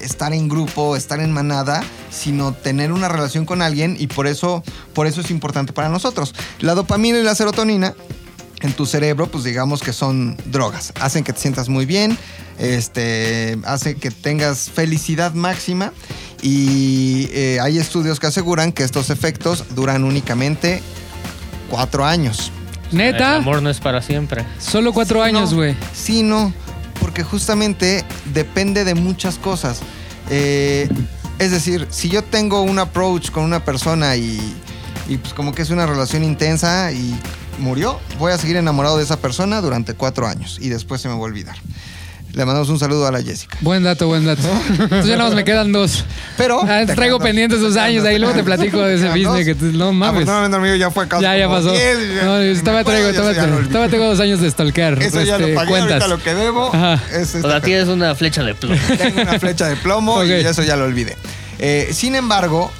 B: estar en grupo, estar en manada, sino tener una relación con alguien y por eso, por eso es importante para nosotros. La dopamina y la serotonina en tu cerebro, pues digamos que son drogas, hacen que te sientas muy bien, este, hace que tengas felicidad máxima y eh, hay estudios que aseguran que estos efectos duran únicamente cuatro años.
A: Neta,
C: El amor no es para siempre.
A: solo cuatro
B: Sí, no.
A: años, güey.
B: Sí, no, porque justamente depende de muchas cosas. Eh, es decir, si yo tengo un approach con una persona y, y pues como que es una relación intensa y murió, voy a seguir enamorado de esa persona durante cuatro años y después se me va a olvidar. Le mandamos un saludo a la Jessica.
A: Buen dato, buen
B: <laughs>
A: dato. Entonces ya nada más me quedan dos.
B: Pero
A: Ah,
B: Oh, te
A: traigo
B: quedan dos.
A: pendientes esos
B: Te
A: años.
B: quedan
A: Ahí
B: dos,
A: luego te platico de ese
B: quedan
A: business que
B: dos.
A: tú- no mames.
B: Afortunadamente, amigo, ya fue casi
A: Ya, ya
B: como
A: pasó.
B: diez, ya.
A: No, yo
B: Si me
A: todavía
B: acuerdo,
A: traigo,
B: yo eso ya
A: todavía,
B: lo
A: traigo-
B: olvidé.
A: todavía tengo dos años de stalkear.
B: Eso ya
A: este,
B: lo pagué,
A: cuentas.
B: ahorita lo que debo
A: Ajá.
B: es este
C: O
B: esta
C: sea, tienes una flecha de plomo.
B: Tengo una flecha de plomo y
A: <laughs> Ok.
B: eso ya lo olvidé. Eh, sin embargo,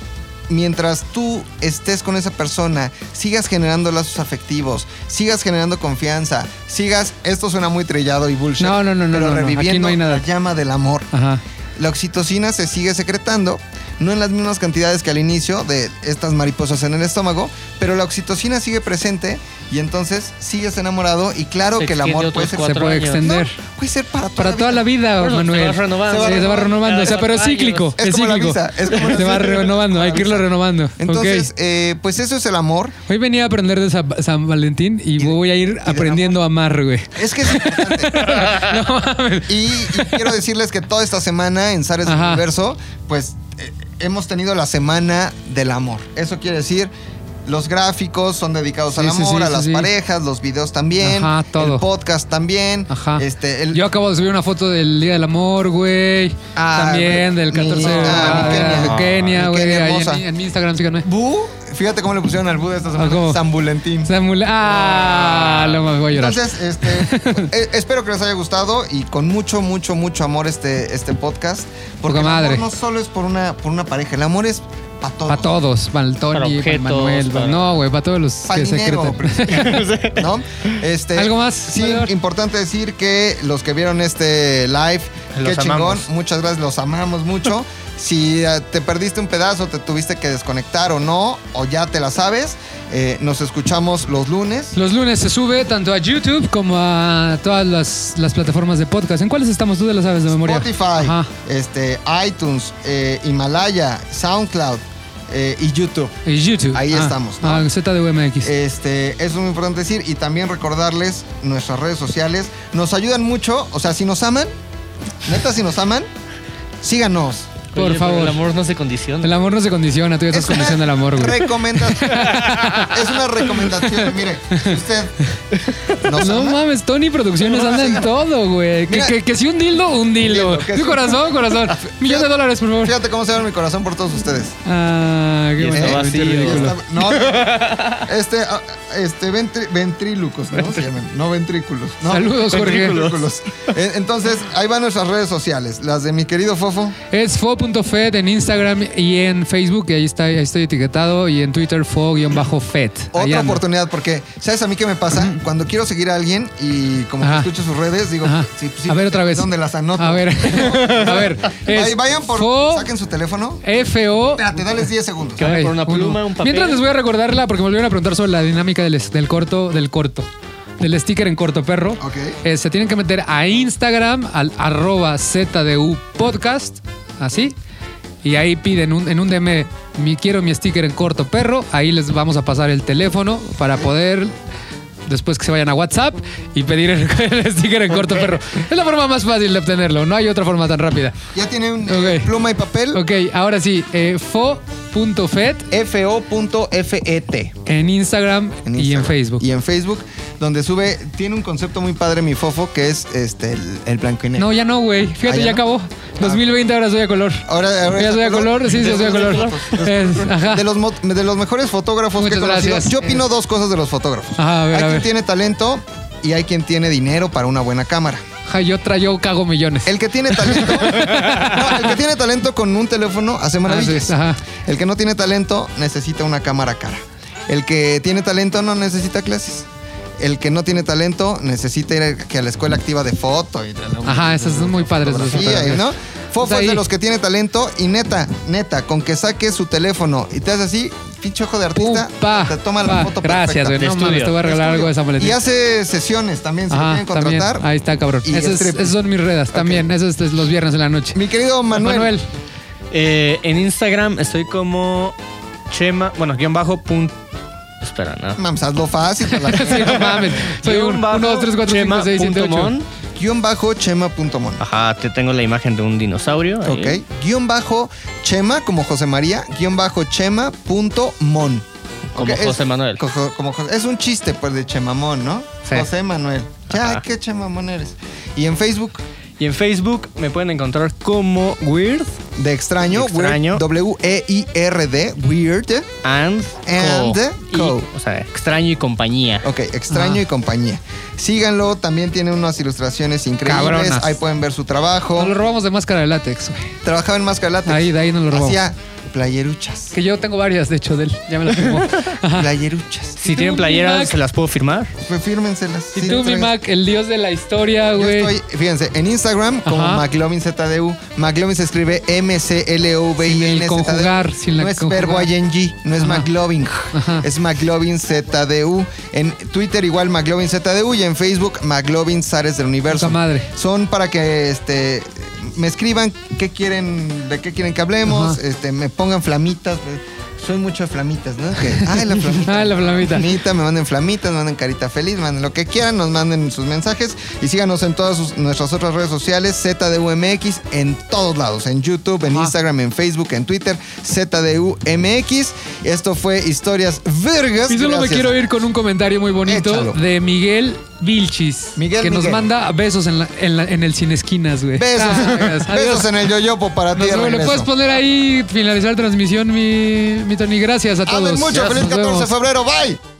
B: mientras tú estés con esa persona, sigas generando lazos afectivos, sigas generando confianza, sigas. Esto suena muy trillado y bullshit.
A: No, no, no, no,
B: Pero
A: no, no. Aquí
B: reviviendo
A: no hay nada. Ah.
B: la llama del amor.
A: Ajá.
B: La oxitocina se sigue secretando, no en las mismas cantidades que al inicio de estas mariposas en el estómago, pero la oxitocina sigue presente y entonces sigues enamorado y claro
C: Se
B: que el
C: extiende
B: amor
C: otros
B: puede ser
A: Se
C: Cuatro
A: puede
C: años.
A: extender.
B: No, puede ser para toda
A: Para toda la vida,
C: Por eso,
A: Ah, Manuel.
C: se va renovando.
A: Sí, se va renovando. O sea, pero es
C: Cada
A: cíclico.
C: cuatro
B: años. Es
A: Es
B: como la
A: cíclico.
B: visa, es como la
A: <laughs> Se va
B: visa.
A: renovando. Hay que irlo renovando.
B: Entonces,
A: Ok.
B: eh, pues eso es el amor.
A: Hoy venía a aprender de San, San Valentín y,
B: de-
A: voy a ir
B: del
A: aprendiendo a amar, güey.
B: Es que es
A: <laughs>
B: importante. y, y quiero decirles que toda esta semana en Zares del
A: Ajá.
B: Universo, pues eh, hemos tenido la semana del amor. Eso quiere decir. Los gráficos son dedicados al
A: Sí, sí,
B: amor,
A: sí,
B: a
A: sí,
B: las
A: sí.
B: parejas, los videos también,
A: Ajá, todo.
B: el podcast también.
A: Ajá.
B: Este, el,
A: Yo acabo de subir una foto del Día del Amor, güey.
B: Ah,
A: También
B: güey.
A: del 14
B: Mi-
A: de
B: ah, mi Kenia.
A: de Kenia,
B: Mi
A: güey.
B: Kenia
A: Ahí en,
B: hermosa.
A: mi- en mi Instagram, síganme.
B: Bu, fíjate cómo le pusieron al Bu de esta semana,
A: Ah, ¿cómo?
B: San Valentín.
A: Samuel. Ah, no me voy a llorar.
B: Entonces,
A: <laughs>
B: este, eh, espero que les haya gustado y con mucho, mucho, mucho amor este, este podcast. Porque
A: Poca madre.
B: el amor no solo es por una, por una pareja, el amor es para todos.
A: Para todos, para el Tony,
C: Para
A: para
C: objetos,
A: Manuel. pa-
C: para-
A: No, güey, para todos los
B: Pa'
A: que
B: dinero,
A: secretan. <laughs>
B: principalmente, ¿no? Este,
A: ¿Algo más,
B: Sí,
A: Mayor?
B: importante decir que los que vieron este live,
D: Los
B: qué chingón,
D: amamos.
B: muchas gracias, los amamos
A: <laughs>
B: mucho. si eh, te perdiste un pedazo, te tuviste que desconectar o no, o ya te la sabes, eh, nos escuchamos los lunes.
A: Los lunes se sube tanto a YouTube como a todas las, las plataformas de podcast. ¿En cuáles estamos? Tú de las sabes de memoria.
B: Spotify,
A: Ajá.
B: este, iTunes, eh, Himalaya, SoundCloud eh, y YouTube.
A: Y YouTube.
B: Ahí
A: Ah,
B: estamos, ¿no?
A: Ah, ZDUMX.
B: Este, eso es muy importante decir y también recordarles nuestras redes sociales. Nos ayudan mucho, o sea, si nos aman, neta, si nos aman, síganos.
A: Por
C: Oye, pero
A: favor.
C: El amor no se condiciona.
A: el amor no se condiciona, tú ya estás
B: una
A: condición del amor, güey. <laughs>
B: recomendación. es una recomendación, mire, si usted nos
A: No
B: ama,
A: mames, Tony Producciones anda en todo, güey. Que,
B: Mira.
A: que- que si un dildo, un dildo.
B: dildo, que
A: Tu
B: si-
A: corazón, corazón. Millón de dólares, por favor.
B: fíjate cómo se abre mi corazón por todos ustedes.
A: Ah, qué
C: Y
A: bueno.
C: está
A: qué
C: vacío.
A: ridículo.
B: Está-
A: <laughs>
B: no, este, ah, este ventri- ventrílucos, ¿no? Se llaman, no ventrículos. No,
A: Saludos, Jorge.
B: ventrículos. Eh, Entonces, ahí van nuestras redes sociales, las de mi querido Fofo.
A: Es fo.fed en Instagram y en Facebook, y ahí, está, ahí estoy etiquetado, y en Twitter fo-fed.
B: Otra
A: Ahí ando.
B: oportunidad, porque, ¿sabes a mí qué me pasa? Cuando quiero seguir a alguien y como que
A: Ajá.
B: escucho sus redes, digo,
A: Ajá.
B: sí, sí,
A: A ver, otra vez.
B: ¿Dónde las anoto?
A: A
B: <laughs>
A: ver, a ver.
B: Vay-
A: es
B: Vayan por,
A: fo-
B: saquen su teléfono.
A: FO.
B: Espérate, dales 10 segundos.
C: Que vayan por una pluma, un papel.
A: Mientras les voy a recordarla, porque me volvieron a preguntar sobre la dinámica del, es- del corto, del corto, del sticker en corto perro.
B: Ok.
A: Eh, se tienen que meter a Instagram, al arroba ZDU podcast, así. Y ahí piden un- en un DM, mi, quiero mi sticker en corto perro. Ahí les vamos a pasar el teléfono para poder después que se vayan a WhatsApp y pedir el, <laughs> el sticker en corto perro. Es la forma más fácil de obtenerlo, no hay otra forma tan rápida.
B: Ya tienen eh,
A: Ok.
B: pluma y papel.
A: Ok, ahora sí, eh, fo.fet
B: FO.FET.
A: en Instagram, y en
B: Instagram.
A: Facebook.
B: Y en Facebook, donde sube, tiene un concepto muy padre mi fofo, que es este el, el blanco y negro.
A: No, ya no, güey. Fíjate,
B: ¿Ah, ya
A: ya,
B: no?
A: acabó. 2020 ahora soy a color.
B: Ahora, ahora
A: ya
B: es
A: soy a color, sí, sí, soy a color. Es- ajá.
B: De los, mo- de los mejores fotógrafos que he
A: Muchas
B: conocido.
A: gracias.
B: Yo opino dos cosas de los fotógrafos.
A: Ajá, a ver,
B: hay
A: a
B: quien
A: ver.
B: tiene talento y hay quien tiene dinero para una buena cámara.
A: Ajá, yo tra- yo cago millones.
B: El que tiene
A: <laughs>
B: talento, No, el que tiene talento con un teléfono
A: Ah,
B: hace maravillas.
A: Así es, ajá.
B: El que no tiene talento necesita una cámara cara. El que tiene talento no necesita clases. El que no tiene talento necesita ir a, que a la escuela activa de foto y de la-
A: Ajá, esas son muy padres. esas
B: fotografía,
A: fotografías.
B: ¿no? Fofo
A: Pues
B: es de
A: ahí.
B: los que tiene talento y neta, neta, con que saques su teléfono y te haces así, pinche ojo de artista,
A: pa,
B: te toma la
A: pa.
B: foto
A: Gracias,
B: perfecta.
A: güey. No
C: De
A: mames, te voy a regalar algo de esa
B: Y
A: maletita.
B: hace sesiones también, si lo
A: Ajá,
B: quieren contratar.
A: también. Ahí está, cabrón.
B: Y
A: Esas,
B: strip.
A: esas son mis redas también. Eso es los viernes en la noche.
B: Mi querido
A: Pues
B: Manuel.
D: Eh, en Instagram estoy como Chema, bueno, guión bajo punto.
C: Espera, ¿no?
B: Mames, hazlo fácil. para la
A: <laughs> <laughs> Sí,
B: gente.
A: no mames. Soy
D: guión
A: un,
D: bajo
A: 1, 2, 3, 4, 5, 6, 7, 8.
D: chema.mon.
B: Guión bajo chema.mon.
C: Ajá, te tengo la imagen de un dinosaurio. ahí.
B: Ok. Guión bajo chema, como José María. Guión bajo chema.mon.
C: Como
B: Ok, es-
C: José Manuel.
B: Cojo- como José- es un chiste, pues, de chemamón, ¿no?
A: Sí.
B: José Manuel. Ya,
C: Ajá.
B: qué chemamón eres. Y en Facebook,
D: Y en Facebook me pueden encontrar como Weird
B: de extraño,
C: De extraño.
B: Weird, E W-E-I-R-D, Weird.
C: And,
B: And
C: co.
B: co.
C: Y- o sea, extraño y compañía.
B: Ok, extraño
A: Ajá.
B: y compañía. Síganlo, también tiene unas ilustraciones increíbles.
A: Cabronas.
B: Ahí pueden ver su trabajo.
A: Nos lo robamos de máscara de látex, güey.
B: Trabajaba en Máscara Látex.
A: Ahí, de ahí nos lo robamos.
B: Hacía
A: <laughs>
B: playeruchas.
A: Que yo tengo varias, de hecho, de él. Ya me las firmó. Ajá.
B: Playeruchas.
C: Si
A: tú, mi
C: tienen playeras,
A: Mac.
C: se las puedo firmar.
B: Pues fírmenselas.
A: Y
B: Sí,
A: tú, mi
B: traigan.
A: Mac, el dios de la historia,
B: Yo
A: güey.
B: estoy, fíjense, en Instagram como
A: Ajá.
B: McLovinZDU. McLovin se escribe M-C-L-O-V-I-N.
A: Sin el conjugar, sin la
B: No es
A: conjugar.
B: verbo ING, no es
A: Ajá.
B: McLovin.
A: Ajá.
B: Es McLovin ZDU. En Twitter igual McLovin ZDU y en Facebook McLovin Zares del Universo.
A: Puta madre.
B: Son para que este me escriban qué quieren, de qué quieren que hablemos,
A: Ajá.
B: este, me pongan flamitas. pues, Soy mucho de flamitas, ¿no? Que, ay, la flamita.
A: <laughs> Ah, la flamita.
B: Flamita, me manden flamitas, me manden carita feliz, me manden lo que quieran, nos manden sus mensajes y síganos en todas sus- nuestras otras redes sociales, ZDUMX, en todos lados, en YouTube, en
A: Ajá.
B: Instagram, en Facebook, en Twitter, ZDUMX. Esto fue Historias Vergas.
A: Y solo
B: Gracias.
A: me quiero ir con un comentario muy bonito
B: Échalo.
A: de Miguel Vilchis.
B: Miguel,
A: que nos
B: Miguel.
A: manda besos en, la- en la- en el Cine Esquinas, güey.
B: Besos, <laughs>
A: Ah, <laughs> gracias.
B: besos
A: Adiós.
B: en el yoyopo para ti.
A: Nos
B: de
A: vemos. Le
B: regreso.
A: puedes poner ahí, finalizar transmisión, mi, mi Tony. Gracias a todos.
B: Hablen mucho,
A: Nos
B: feliz 14 de
A: vemos.
B: febrero, bye.